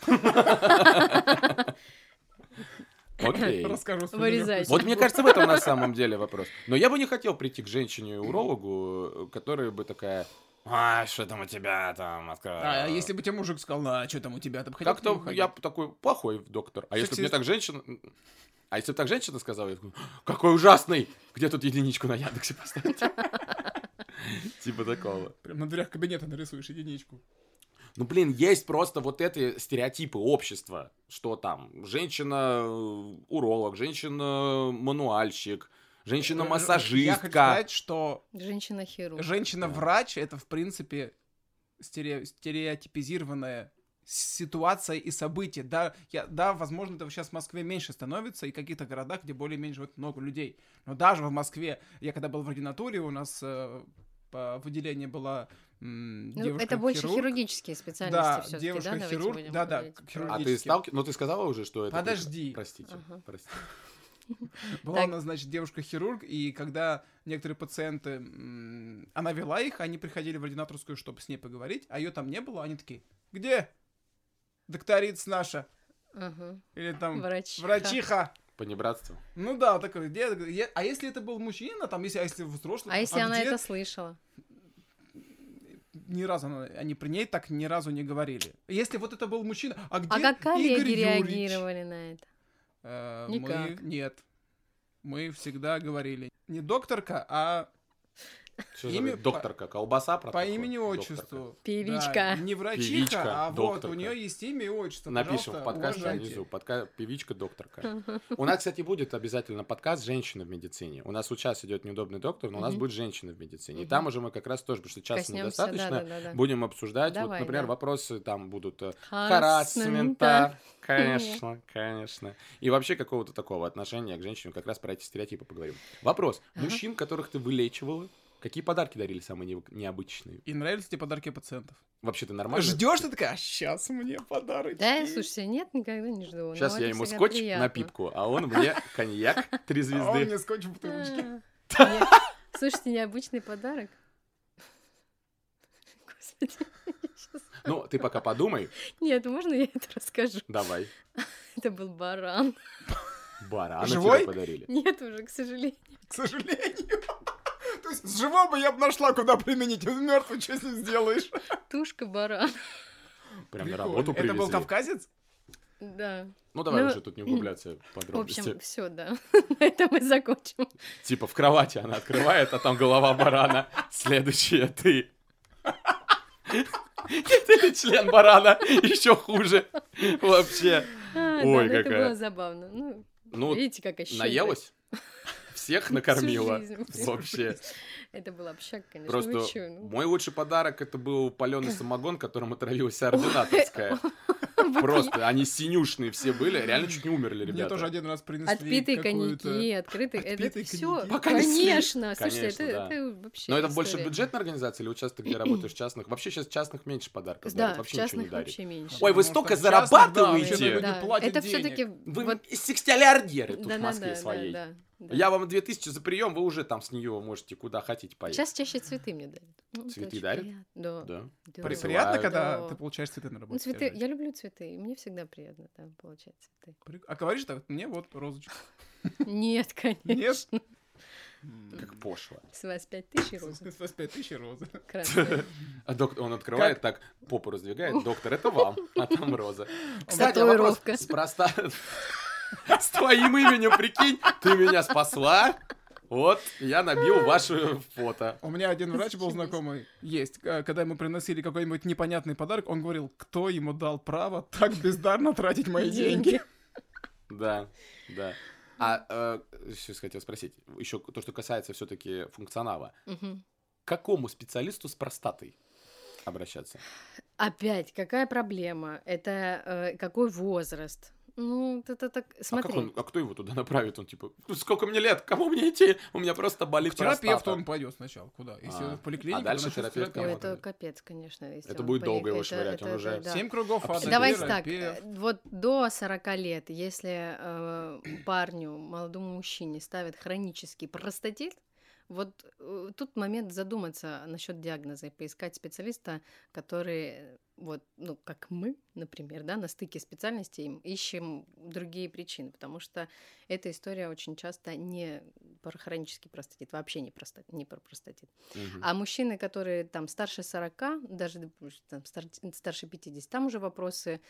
[SPEAKER 3] [laughs] Окей.
[SPEAKER 1] Расскажу свою
[SPEAKER 2] Вырезай.
[SPEAKER 1] любовь.
[SPEAKER 3] Вот мне кажется, в этом на самом деле вопрос. Но я бы не хотел прийти к женщине-урологу, э, которая бы такая, а, что там у тебя там
[SPEAKER 1] А,
[SPEAKER 3] открывается?
[SPEAKER 1] а если бы тебе мужик сказал, а что там у тебя там хотел к нему
[SPEAKER 3] Как-то
[SPEAKER 1] ходить?»
[SPEAKER 3] я такой плохой доктор. А если бы
[SPEAKER 1] Кстати,
[SPEAKER 3] мне так женщина... А если бы так женщина сказала, я такой, какой ужасный! Где тут единичку на Яндексе поставить? [laughs] Типа такого.
[SPEAKER 1] Прям на дверях кабинета нарисуешь единичку.
[SPEAKER 3] Ну, блин, есть просто вот эти стереотипы общества, что там э, женщина-уролог, женщина-мануальщик,
[SPEAKER 1] Э, Я хочу
[SPEAKER 3] женщина-массажистка.
[SPEAKER 1] сказать, что
[SPEAKER 2] Женщина-хирург.
[SPEAKER 1] Женщина-врач это, в принципе, стере- стереотипизированная ситуация и события. Да, я, да, возможно, этого сейчас в Москве меньше становится, и в каких-то городах, где более-менее живет много людей. Но даже в Москве, я когда был в ординатуре, у нас э, по выделению была м,
[SPEAKER 2] Ну,
[SPEAKER 1] девушка
[SPEAKER 2] это больше
[SPEAKER 1] хирург.
[SPEAKER 2] хирургические специальности
[SPEAKER 1] Да,
[SPEAKER 2] все-таки, да? Давайте
[SPEAKER 1] девушка-хирург,
[SPEAKER 2] будем
[SPEAKER 1] да-да,
[SPEAKER 2] говорить.
[SPEAKER 3] А ты
[SPEAKER 1] хирургически.
[SPEAKER 3] сталки... Ну, ты сказала уже, что это...
[SPEAKER 1] Подожди.
[SPEAKER 3] Простите,
[SPEAKER 2] Ага.
[SPEAKER 3] простите.
[SPEAKER 1] Была
[SPEAKER 2] Так.
[SPEAKER 1] у нас, значит, девушка-хирург, и когда некоторые пациенты, м, она вела их, они приходили в ординаторскую, чтобы с ней поговорить, а ее там не было, они такие, где докторица наша?
[SPEAKER 2] Ага.
[SPEAKER 1] Или там
[SPEAKER 2] Врачиха.
[SPEAKER 1] врачиха.
[SPEAKER 3] Понебратство.
[SPEAKER 1] Ну да, такой, где? я- А если это был мужчина, там, если, а если взрослый,
[SPEAKER 2] А если она
[SPEAKER 1] где?»
[SPEAKER 2] это слышала?
[SPEAKER 1] Ни разу она- они при ней так ни разу не говорили. Если вот это был мужчина, а где
[SPEAKER 2] А как
[SPEAKER 1] Игорь
[SPEAKER 2] коллеги
[SPEAKER 1] Юрьевич?»
[SPEAKER 2] реагировали на это?
[SPEAKER 1] Э,
[SPEAKER 2] Никак.
[SPEAKER 1] Мы, нет. Мы всегда говорили. Не докторка, а
[SPEAKER 3] Что за
[SPEAKER 1] Имя-
[SPEAKER 3] бред? докторка? Колбаса про
[SPEAKER 1] по имени отчеству.
[SPEAKER 2] Певичка.
[SPEAKER 1] Да, не врачиха,
[SPEAKER 3] Певичка,
[SPEAKER 1] а
[SPEAKER 3] докторка.
[SPEAKER 1] вот у нее есть имя и отчество.
[SPEAKER 3] Напишем в
[SPEAKER 1] Пожалуйста,
[SPEAKER 3] подкасте а
[SPEAKER 1] уважайте.
[SPEAKER 3] внизу. Подка... Певичка докторка. У нас, кстати, будет обязательно подкаст «Женщины в медицине». У нас вот сейчас идет неудобный доктор, но у нас
[SPEAKER 2] Мгм.
[SPEAKER 3] будет «Женщины в медицине». И
[SPEAKER 2] Мгм.
[SPEAKER 3] там уже мы как раз тоже, потому что часа
[SPEAKER 2] Коснемся,
[SPEAKER 3] недостаточно,
[SPEAKER 2] да, да, да, да.
[SPEAKER 3] будем обсуждать. вот,
[SPEAKER 2] Давай,
[SPEAKER 3] например,
[SPEAKER 2] да. А,
[SPEAKER 3] вопросы там будут э,
[SPEAKER 2] Харассмента.
[SPEAKER 3] харассмента. Конечно, конечно. И вообще какого-то такого отношения к женщинам как раз про эти стереотипы поговорим. Вопрос. Мужчин, которых ты вылечивала, какие подарки дарили самые не- необычные?
[SPEAKER 1] И нравятся тебе подарки пациентов?
[SPEAKER 3] Вообще ты нормально?
[SPEAKER 1] Ждешь ты такая, сейчас мне подарочки.
[SPEAKER 2] Да, я, слушайте, нет, никогда не жду. но
[SPEAKER 3] Сейчас
[SPEAKER 2] Ну, это
[SPEAKER 3] я ему
[SPEAKER 2] всегда
[SPEAKER 3] скотч
[SPEAKER 2] приятно.
[SPEAKER 3] на пипку, а он мне коньяк три
[SPEAKER 1] А он мне
[SPEAKER 3] звезды.
[SPEAKER 1] скотч в бутылочке.
[SPEAKER 2] А, не- Слушайте, необычный подарок. Господи, я щас-
[SPEAKER 3] Ну, ты пока подумай.
[SPEAKER 2] Нет, можно я это расскажу?
[SPEAKER 3] Давай.
[SPEAKER 2] Это был баран.
[SPEAKER 3] Барана тебе
[SPEAKER 1] Живой?
[SPEAKER 3] подарили.
[SPEAKER 2] Нет уже, к сожалению.
[SPEAKER 1] к сожалению. [laughs] То есть с живого я бы нашла, куда применить, а мертвый что с ним сделаешь?
[SPEAKER 2] Тушка баран.
[SPEAKER 3] Прям на
[SPEAKER 1] Прикольно.
[SPEAKER 3] работу
[SPEAKER 1] Это был
[SPEAKER 3] привезли.
[SPEAKER 1] кавказец?
[SPEAKER 2] Да.
[SPEAKER 3] Ну, давай
[SPEAKER 2] Ну,
[SPEAKER 3] уже тут не углубляться в
[SPEAKER 2] В общем,
[SPEAKER 3] подробности.
[SPEAKER 2] все, да. [laughs] На этом мы закончим.
[SPEAKER 3] Типа в кровати она открывает, а там голова барана. Следующая ты. [laughs] Ты член барана, еще хуже. Вообще.
[SPEAKER 2] А,
[SPEAKER 3] Ой,
[SPEAKER 2] да, ну Это
[SPEAKER 3] какая.
[SPEAKER 2] было забавно. Ну,
[SPEAKER 3] Ну,
[SPEAKER 2] видите, как ощущение.
[SPEAKER 3] наелась? Всех накормила.
[SPEAKER 2] жизнь, всю
[SPEAKER 3] Вообще.
[SPEAKER 2] [laughs] Это был общак, конечно. вы
[SPEAKER 3] Просто
[SPEAKER 2] чё, ну.
[SPEAKER 3] мой лучший подарок это был паленый самогон, которым отравилась вся ординаторская. Просто они синюшные все были, реально чуть не умерли,
[SPEAKER 1] Мне
[SPEAKER 3] ребята.
[SPEAKER 1] тоже один раз принесли
[SPEAKER 2] Отпитые
[SPEAKER 1] какую-то-
[SPEAKER 2] коньяки, открытые. Это
[SPEAKER 1] Отпитые
[SPEAKER 2] все,
[SPEAKER 1] коньяки.
[SPEAKER 3] Пока не слили.
[SPEAKER 2] конечно. Слушайте,
[SPEAKER 3] Конечно,
[SPEAKER 2] это
[SPEAKER 3] да.
[SPEAKER 2] это вообще
[SPEAKER 3] Но это больше
[SPEAKER 2] история.
[SPEAKER 3] бюджетная организация или участок, где
[SPEAKER 2] [clears throat]
[SPEAKER 3] работаешь частных? Вообще сейчас частных меньше подарков
[SPEAKER 2] Да,
[SPEAKER 3] дарят,
[SPEAKER 2] в
[SPEAKER 3] вообще ничего не
[SPEAKER 2] частных
[SPEAKER 3] дарит.
[SPEAKER 2] вообще меньше.
[SPEAKER 3] Ой, вы
[SPEAKER 1] Потому что
[SPEAKER 3] столько
[SPEAKER 1] в частных, да,
[SPEAKER 3] зарабатываете!
[SPEAKER 1] вообще
[SPEAKER 2] Да,
[SPEAKER 1] не платят
[SPEAKER 2] это
[SPEAKER 1] денег.
[SPEAKER 2] все-таки
[SPEAKER 3] Вы
[SPEAKER 2] вот...
[SPEAKER 3] секстиллиардеры тут
[SPEAKER 2] да,
[SPEAKER 3] в
[SPEAKER 2] да,
[SPEAKER 3] Москве
[SPEAKER 2] да, да,
[SPEAKER 3] своей.
[SPEAKER 2] да, да.
[SPEAKER 3] Я вам 2000 за прием, вы уже там с нее можете куда хотите поехать.
[SPEAKER 2] Сейчас чаще цветы мне дарят. Ну, это
[SPEAKER 3] Цветы
[SPEAKER 2] очень
[SPEAKER 3] дарят?
[SPEAKER 2] приятно. Да.
[SPEAKER 3] Да.
[SPEAKER 2] да.
[SPEAKER 1] При-
[SPEAKER 3] Присылают.
[SPEAKER 1] Приятно, когда
[SPEAKER 2] Да.
[SPEAKER 1] ты получаешь цветы на работе.
[SPEAKER 2] Ну, цветы,
[SPEAKER 1] скажи.
[SPEAKER 2] я люблю цветы, и мне всегда приятно там получать цветы.
[SPEAKER 1] Прик- А говоришь так, мне вот розочку.
[SPEAKER 2] Нет,
[SPEAKER 1] Нет?
[SPEAKER 2] конечно.
[SPEAKER 3] Как пошло.
[SPEAKER 2] С вас пять тысяч и розы.
[SPEAKER 1] 25 тысяч розы.
[SPEAKER 3] [laughs]
[SPEAKER 2] Красные.
[SPEAKER 3] А доктор, он открывает так, попу раздвигает, доктор, это вам, а там
[SPEAKER 2] [laughs]
[SPEAKER 3] роза. Кстати, а вопрос
[SPEAKER 2] Татуировка.
[SPEAKER 3] с проста... [laughs] С твоим именем, прикинь, ты меня спасла, вот, я
[SPEAKER 2] [laughs]
[SPEAKER 3] набил ваше фото.
[SPEAKER 1] У меня один врач был
[SPEAKER 2] Зашибись.
[SPEAKER 1] знакомый, есть, к- когда ему приносили какой-нибудь непонятный подарок, он говорил, кто ему дал право так бездарно тратить мои деньги.
[SPEAKER 3] Да, да. А э, сейчас хотел спросить, еще то, что касается все-таки функционала.
[SPEAKER 2] Мгм.
[SPEAKER 3] К какому специалисту с простатой обращаться?
[SPEAKER 2] Опять, какая проблема? Это э, какой возраст? Ну, это так,
[SPEAKER 3] А, как
[SPEAKER 2] смотри.
[SPEAKER 3] он, а кто его туда направит? Он типа, «Ну, сколько мне лет? Кому мне идти? У меня просто болит
[SPEAKER 1] К терапевту
[SPEAKER 3] простата».
[SPEAKER 1] он пойдет сначала, куда? Если
[SPEAKER 3] А.
[SPEAKER 1] в поликлинику,
[SPEAKER 3] А дальше
[SPEAKER 1] то начнёт с
[SPEAKER 3] терапевт
[SPEAKER 2] Ой,
[SPEAKER 3] кого-то.
[SPEAKER 1] терапевта.
[SPEAKER 2] Ну, это капец, конечно. если
[SPEAKER 3] Это
[SPEAKER 2] он
[SPEAKER 3] будет
[SPEAKER 2] полик-
[SPEAKER 3] долго его
[SPEAKER 2] это-
[SPEAKER 3] швырять, он
[SPEAKER 2] это-
[SPEAKER 3] уже
[SPEAKER 2] да.
[SPEAKER 1] Семь кругов ада.
[SPEAKER 3] Обсудили.
[SPEAKER 2] Давайте так,
[SPEAKER 1] терапевт.
[SPEAKER 2] э, вот до 40 лет, если э, парню, молодому мужчине ставят хронический простатит, вот э, тут момент задуматься насчет диагноза и поискать специалиста, который, э, вот, ну, как мы, например, да, на стыке специальностей ищем другие причины, потому что эта история очень часто не про хронический простатит, вообще не, проста- не про простатит.
[SPEAKER 3] Мгм.
[SPEAKER 2] А мужчины, которые там старше 40, даже допустим, там, стар- старше 50, там уже вопросы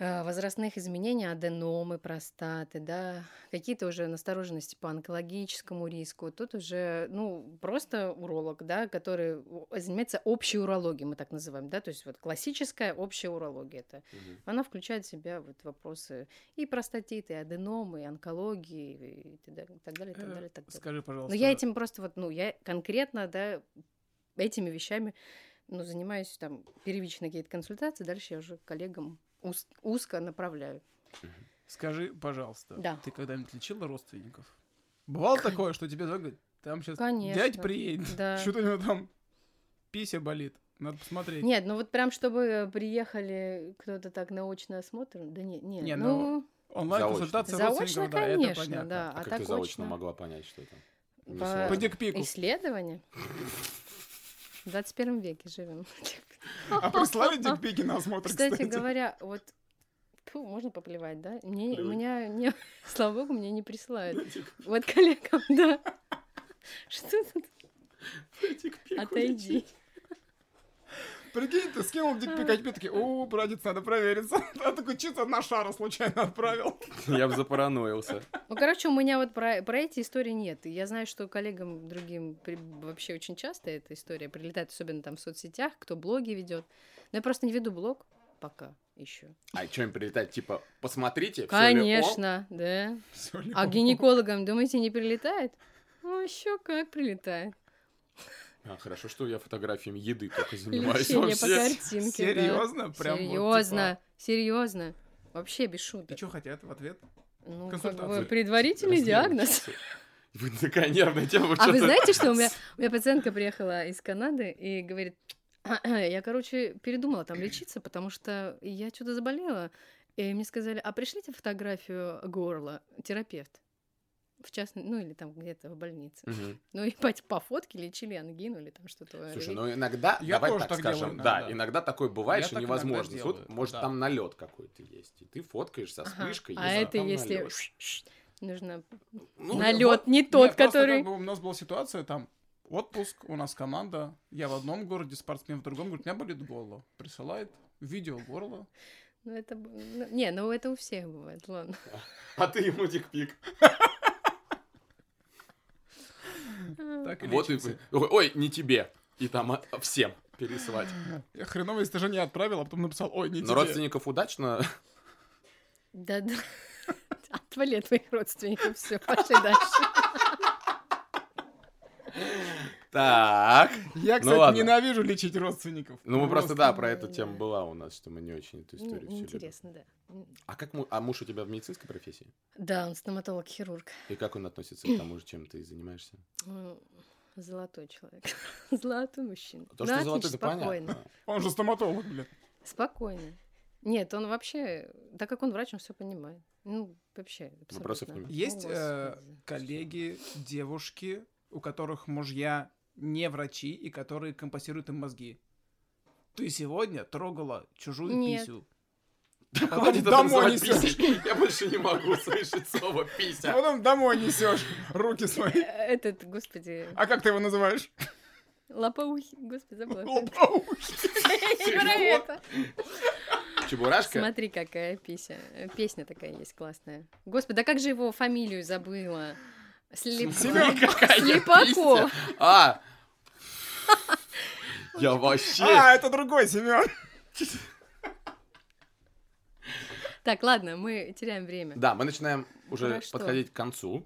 [SPEAKER 2] э, возрастных изменений, аденомы, простаты, да, какие-то уже настороженности по онкологическому риску. Тут уже, ну, просто уролог, да, который у- занимается общей урологией, мы так называем, да, то есть вот классическая общая урология это.
[SPEAKER 3] Мгм.
[SPEAKER 2] Она включает в себя вот вопросы и простатиты, и аденомы, и онкологии, и так далее, и так далее, и так
[SPEAKER 1] Э,
[SPEAKER 2] далее. и так далее.
[SPEAKER 1] Скажи, пожалуйста.
[SPEAKER 2] Но я этим просто вот, ну, я конкретно, да, этими вещами ну, занимаюсь там первично какие-то консультации, дальше я уже коллегам уз- узко
[SPEAKER 1] [laughs]
[SPEAKER 2] направляю.
[SPEAKER 1] Скажи, пожалуйста,
[SPEAKER 2] Да.
[SPEAKER 1] ты когда-нибудь лечила родственников? Бывало такое, что тебе звонят, говорят, там сейчас
[SPEAKER 2] Конечно.
[SPEAKER 1] дядь приедет,
[SPEAKER 2] Да.
[SPEAKER 1] что-то у него там пися болит, надо посмотреть.
[SPEAKER 2] Нет, ну вот прям чтобы приехали кто-то так на очный осмотр, да не, не,
[SPEAKER 1] Не,
[SPEAKER 2] ну,
[SPEAKER 1] Онлайн-консультация
[SPEAKER 2] заочно,
[SPEAKER 1] родственников, да, это
[SPEAKER 2] конечно,
[SPEAKER 1] понятно.
[SPEAKER 2] да, а,
[SPEAKER 3] А как
[SPEAKER 2] так
[SPEAKER 3] ты заочно
[SPEAKER 2] очно.
[SPEAKER 3] могла понять, что это? Не
[SPEAKER 2] По
[SPEAKER 1] По дикпику.
[SPEAKER 2] исследованию. В 21 веке
[SPEAKER 1] [laughs]
[SPEAKER 2] живем.
[SPEAKER 1] А прислали дикпики на осмотр, кстати.
[SPEAKER 2] Кстати говоря, вот Фу, можно поплевать, да? Мне, у меня не, [laughs] слава богу, мне не присылают. Вот коллегам, да. Что тут? Отойди.
[SPEAKER 1] Прикинь, ты скинул дикпик, а тебе такие, о, братец, надо провериться. [laughs] А такой, чисто на шара случайно отправил. [laughs]
[SPEAKER 3] Я бы запараноился.
[SPEAKER 2] Ну, короче, у меня вот про, про эти истории нет. И Я знаю, что коллегам другим при- вообще очень часто эта история прилетает, особенно там в соцсетях, кто блоги ведет. Но я просто не веду блог пока еще.
[SPEAKER 3] А что им прилетать? Типа, посмотрите, всё ли ок?
[SPEAKER 2] Конечно, да.
[SPEAKER 1] Всё, легко.
[SPEAKER 2] А гинекологам, думаете, не прилетает? Ну, еще как прилетает.
[SPEAKER 3] А, хорошо, что я фотографиями еды только занимаюсь
[SPEAKER 2] Лечение по
[SPEAKER 3] вообще.
[SPEAKER 2] картинке.
[SPEAKER 1] Серьезно?
[SPEAKER 2] Да.
[SPEAKER 1] Прям вот, типа,
[SPEAKER 2] Серьезно, серьезно. Вообще без
[SPEAKER 1] И
[SPEAKER 2] шуток.
[SPEAKER 1] что хотят в ответ?
[SPEAKER 2] Ну, как бы
[SPEAKER 1] консультацию?
[SPEAKER 2] предварительный диагноз. [laughs]
[SPEAKER 3] [laughs] Вы такая нервная тема.
[SPEAKER 2] А
[SPEAKER 3] чё-то.
[SPEAKER 2] вы знаете, что у меня, у меня пациентка приехала из Канады и говорит, я, короче, передумала там лечиться, потому что я что-то заболела. И мне сказали, а пришлите фотографию горла, терапевт. В частной, ну или там где-то в больнице.
[SPEAKER 3] [laughs] Мгм.
[SPEAKER 2] Ну и по, по фотке лечили ангину или там что-то.
[SPEAKER 3] Слушай, ну иногда,
[SPEAKER 1] Я
[SPEAKER 3] давай
[SPEAKER 1] тоже
[SPEAKER 3] так
[SPEAKER 1] так делаю
[SPEAKER 3] скажем,
[SPEAKER 1] иногда.
[SPEAKER 3] да, иногда такое бывает,
[SPEAKER 1] Я
[SPEAKER 3] что
[SPEAKER 1] так иногда
[SPEAKER 3] невозможно.
[SPEAKER 1] делаю,
[SPEAKER 3] Тут, может,
[SPEAKER 1] да.
[SPEAKER 3] там налет какой-то есть, и ты фоткаешь со
[SPEAKER 2] Ага.
[SPEAKER 3] вспышкой.
[SPEAKER 2] А
[SPEAKER 3] и
[SPEAKER 2] это
[SPEAKER 3] там
[SPEAKER 2] если
[SPEAKER 3] налёт.
[SPEAKER 2] нужно
[SPEAKER 3] Ну,
[SPEAKER 2] налет, не тот,
[SPEAKER 1] Нет, просто
[SPEAKER 2] который.
[SPEAKER 1] как бы у нас была ситуация, там, отпуск, у нас команда, я в одном городе, спортсмен в другом, говорит, у меня болит горло. Присылает видео горло.
[SPEAKER 2] Ну, это... б- ну, Не, ну это у всех бывает, ладно.
[SPEAKER 3] [laughs] А ты ему дикпик.
[SPEAKER 1] Так и
[SPEAKER 3] Вот и...
[SPEAKER 1] лечимся.
[SPEAKER 3] Ой, ой, не тебе. И там а, всем пересылать.
[SPEAKER 1] Я Хреново, если же не отправил, а потом написал, ой, не
[SPEAKER 3] Но
[SPEAKER 1] тебе.
[SPEAKER 3] родственников удачно. [laughs]
[SPEAKER 2] Да, да. Отвали [laughs] от твоих
[SPEAKER 3] [laughs]
[SPEAKER 2] родственников, все, пошли дальше.
[SPEAKER 3] Так.
[SPEAKER 1] Я, кстати,
[SPEAKER 3] ну ладно.
[SPEAKER 1] ненавижу лечить родственников.
[SPEAKER 3] Ну, мы просто, да, про эту
[SPEAKER 2] да.
[SPEAKER 3] тему была у нас, что мы не очень эту
[SPEAKER 2] Не-
[SPEAKER 3] историю всю любим.
[SPEAKER 2] Интересно, да. М,
[SPEAKER 3] А как му- а муж у тебя в медицинской профессии?
[SPEAKER 2] Да, он стоматолог-хирург.
[SPEAKER 3] И как он относится
[SPEAKER 2] [clears throat]
[SPEAKER 3] к тому, чем ты занимаешься?
[SPEAKER 2] Ну, Золотой человек. [laughs] Золотой мужчина.
[SPEAKER 3] То,
[SPEAKER 2] Да,
[SPEAKER 3] что золотой,
[SPEAKER 2] Ну, отлично,
[SPEAKER 3] это [laughs]
[SPEAKER 2] спокойно.
[SPEAKER 3] понятно.
[SPEAKER 1] Он же стоматолог, блин.
[SPEAKER 2] Спокойно. Нет, он вообще, так как он врач, он все понимает. Ну, вообще, абсолютно.
[SPEAKER 3] Вопросов не-
[SPEAKER 1] Есть э,
[SPEAKER 2] Господи.
[SPEAKER 1] коллеги, девушки, у которых мужья не врачи и которые компостируют им мозги. Ты сегодня трогала чужую
[SPEAKER 2] Нет.
[SPEAKER 1] писю.
[SPEAKER 3] Да
[SPEAKER 1] потом
[SPEAKER 3] хватит это
[SPEAKER 1] домой
[SPEAKER 3] называть писей. [laughs] Я больше не могу слышать слово
[SPEAKER 1] А
[SPEAKER 3] пися.
[SPEAKER 1] потом домой несешь руки
[SPEAKER 2] Э,
[SPEAKER 1] свои.
[SPEAKER 2] Этот, господи,
[SPEAKER 1] А как ты его называешь?
[SPEAKER 2] лопоухий, господи, забыла.
[SPEAKER 1] Лопоухий.
[SPEAKER 2] [laughs] Я про это.
[SPEAKER 3] Чебурашка?
[SPEAKER 2] Смотри, какая песня. Э, Песня такая есть классная. Господи, да как же его фамилию забыла? Слеп-
[SPEAKER 3] Смотри,
[SPEAKER 2] [laughs]
[SPEAKER 3] какая
[SPEAKER 2] Слепаков.
[SPEAKER 3] пися.
[SPEAKER 2] [laughs]
[SPEAKER 3] А! Я вообще...
[SPEAKER 1] А, это другой Семен.
[SPEAKER 2] Так, ладно, мы теряем время.
[SPEAKER 3] Да, мы начинаем уже
[SPEAKER 2] Про что?
[SPEAKER 3] подходить к концу.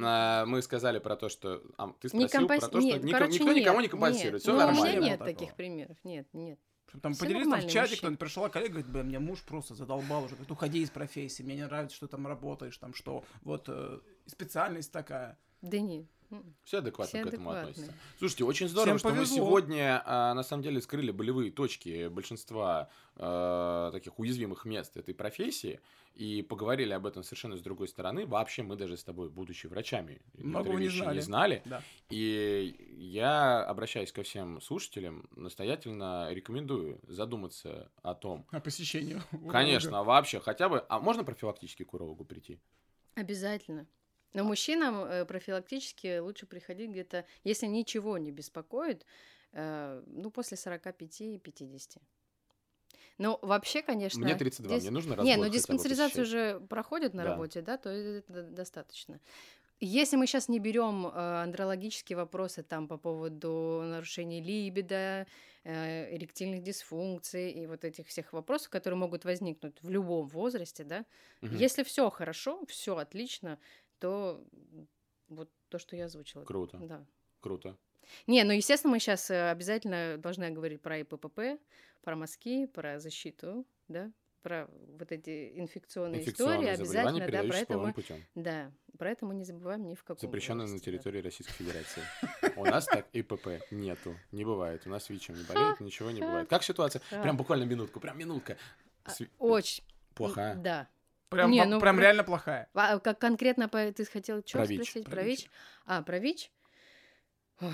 [SPEAKER 3] А, Мы сказали про то, что... а, Ты спросил
[SPEAKER 2] Не
[SPEAKER 3] про
[SPEAKER 2] компас-
[SPEAKER 3] то, что
[SPEAKER 2] нет,
[SPEAKER 3] никто
[SPEAKER 2] короче,
[SPEAKER 3] никто никому не
[SPEAKER 2] нет,
[SPEAKER 3] компенсирует.
[SPEAKER 2] нет.
[SPEAKER 3] Все
[SPEAKER 2] Ну, У
[SPEAKER 3] нормально.
[SPEAKER 2] меня нет
[SPEAKER 1] Такого.
[SPEAKER 2] таких примеров. Нет, нет.
[SPEAKER 1] Чтоб Там
[SPEAKER 2] Все
[SPEAKER 1] поделились там в
[SPEAKER 2] нормальные
[SPEAKER 1] чатик,
[SPEAKER 2] мужчины.
[SPEAKER 1] там пришла коллега, говорит, бля, меня муж просто задолбал уже, говорит, уходи из профессии, мне не нравится, что там работаешь, там что, вот э, специальность такая.
[SPEAKER 2] Да м-м, нет. М.
[SPEAKER 3] Все адекватно
[SPEAKER 2] Все
[SPEAKER 3] к этому
[SPEAKER 2] адекватные.
[SPEAKER 3] относятся. Слушайте, очень здорово,
[SPEAKER 1] Всем
[SPEAKER 3] что мы
[SPEAKER 1] повезло.
[SPEAKER 3] сегодня а, на самом деле скрыли болевые точки большинства э, таких уязвимых мест этой профессии и поговорили об этом совершенно с другой стороны. Вообще мы даже с тобой, будучи врачами,
[SPEAKER 1] Многого
[SPEAKER 3] некоторые
[SPEAKER 1] не
[SPEAKER 3] вещи
[SPEAKER 1] знали.
[SPEAKER 3] знали.
[SPEAKER 1] Да.
[SPEAKER 3] И я обращаюсь ко всем слушателям, настоятельно рекомендую задуматься о том,
[SPEAKER 1] О посещении. уролога.
[SPEAKER 3] Конечно, вообще, хотя бы... А можно профилактически к урологу прийти?
[SPEAKER 2] Обязательно. Но мужчинам э, профилактически лучше приходить где-то, если ничего не беспокоит, э, ну, после 45-50. Но вообще, конечно...
[SPEAKER 3] Мне 32,
[SPEAKER 2] здесь-
[SPEAKER 3] мне нужно разбор
[SPEAKER 2] Не, ну
[SPEAKER 3] хотя бы
[SPEAKER 2] диспансеризацию
[SPEAKER 3] посещать.
[SPEAKER 2] же проходят на
[SPEAKER 3] Да.
[SPEAKER 2] работе, да, то это д- достаточно. Если мы сейчас не берем э, андрологические вопросы там по поводу нарушений либидо, э, эректильных дисфункций и вот этих всех вопросов, которые могут возникнуть в любом возрасте, да,
[SPEAKER 3] Мгм.
[SPEAKER 2] если все хорошо, все отлично, то вот то, что я озвучила.
[SPEAKER 3] Круто,
[SPEAKER 2] Да.
[SPEAKER 3] круто.
[SPEAKER 2] Не, ну, естественно, мы сейчас обязательно должны говорить про ИППП, про мазки, про защиту, да, про вот эти инфекционные, истории.
[SPEAKER 3] Инфекционные заболевания,
[SPEAKER 2] Обязательно, да, про
[SPEAKER 3] передающиеся
[SPEAKER 2] это
[SPEAKER 3] половым
[SPEAKER 2] мы...
[SPEAKER 3] путем.
[SPEAKER 2] Да, про это мы не забываем ни в каком
[SPEAKER 3] Запрещенные на
[SPEAKER 2] возрасте, да.
[SPEAKER 3] территории Российской Федерации. У нас так ИПП нету, не бывает. У нас ВИЧем не болеет, ничего не бывает. Как ситуация? Прям буквально минутку, прям минутка.
[SPEAKER 2] А,
[SPEAKER 3] Сви-
[SPEAKER 2] Очень.
[SPEAKER 3] Плохая.
[SPEAKER 2] Да.
[SPEAKER 1] Прям,
[SPEAKER 2] Не,
[SPEAKER 1] во-
[SPEAKER 2] ну,
[SPEAKER 1] прям
[SPEAKER 2] про-
[SPEAKER 1] реально плохая.
[SPEAKER 2] А как конкретно по- ты хотел что
[SPEAKER 3] Про ВИЧ.
[SPEAKER 2] спросить?
[SPEAKER 1] Про
[SPEAKER 2] Про ВИЧ? А, про ВИЧ? Ой,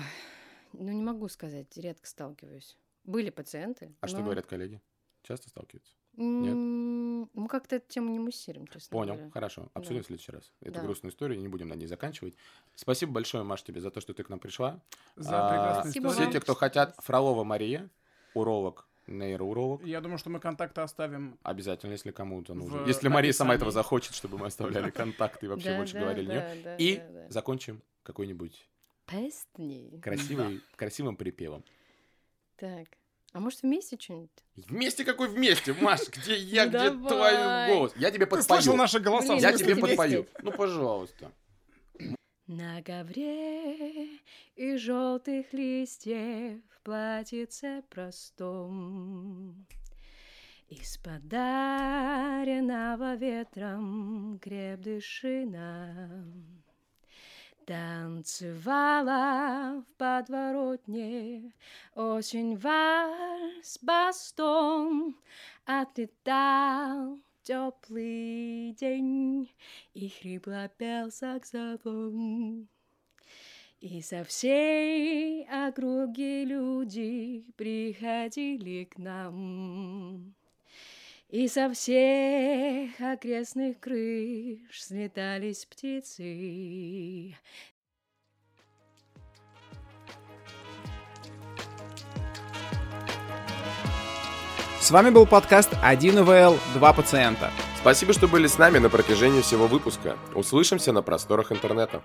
[SPEAKER 2] ну, не могу сказать, редко сталкиваюсь. Были пациенты.
[SPEAKER 3] А что
[SPEAKER 2] но-
[SPEAKER 3] говорят коллеги? Часто сталкиваются?
[SPEAKER 2] М, Мы как-то эту тему не муссируем, честно
[SPEAKER 3] Понял,
[SPEAKER 2] говоря.
[SPEAKER 3] хорошо.
[SPEAKER 2] Да.
[SPEAKER 3] Обсудим в следующий раз. Эту
[SPEAKER 2] Да.
[SPEAKER 3] грустную историю, не будем на ней заканчивать. Спасибо большое, Маш, тебе за то, что ты к нам пришла.
[SPEAKER 1] За
[SPEAKER 3] А,
[SPEAKER 1] прекрасную
[SPEAKER 2] Спасибо
[SPEAKER 3] Все
[SPEAKER 1] историю.
[SPEAKER 2] вам.
[SPEAKER 3] те, кто хотят, Фролова Мария, уролог, нейроуролог.
[SPEAKER 1] Я думаю, что мы контакты оставим.
[SPEAKER 3] Обязательно, если кому-то нужно.
[SPEAKER 1] В
[SPEAKER 3] Если Мария сама этого
[SPEAKER 1] описании.
[SPEAKER 3] захочет, чтобы мы оставляли контакты и вообще
[SPEAKER 2] Да,
[SPEAKER 3] больше
[SPEAKER 2] да,
[SPEAKER 3] говорили. нет?
[SPEAKER 2] да, да,
[SPEAKER 3] И
[SPEAKER 2] да, да.
[SPEAKER 3] закончим какой-нибудь
[SPEAKER 2] Песни.
[SPEAKER 3] красивый, красивым припевом.
[SPEAKER 2] Так. А может, вместе что-нибудь?
[SPEAKER 3] Вместе какой вместе, Маш, где я,
[SPEAKER 2] Ну
[SPEAKER 3] где
[SPEAKER 2] давай.
[SPEAKER 3] твой голос? Я тебе
[SPEAKER 1] Ты слышал
[SPEAKER 3] подпою.
[SPEAKER 1] наши голоса?
[SPEAKER 2] Блин,
[SPEAKER 3] Я
[SPEAKER 2] ну
[SPEAKER 3] тебе
[SPEAKER 2] вместе.
[SPEAKER 3] подпою. Ну, пожалуйста.
[SPEAKER 2] На ковре из желтых листьев платьице простом. Из подаренного ветром креп дыши нам. Танцевала в подворотне осень вальс бастом. Отлетал теплый день, и хрипло пел саксофон. И со всей округи люди приходили к нам. И со всех окрестных крыш слетались птицы.
[SPEAKER 5] С вами был подкаст 1ВЛ, два пациента.
[SPEAKER 6] Спасибо, что были с нами на протяжении всего выпуска. Услышимся на просторах интернета.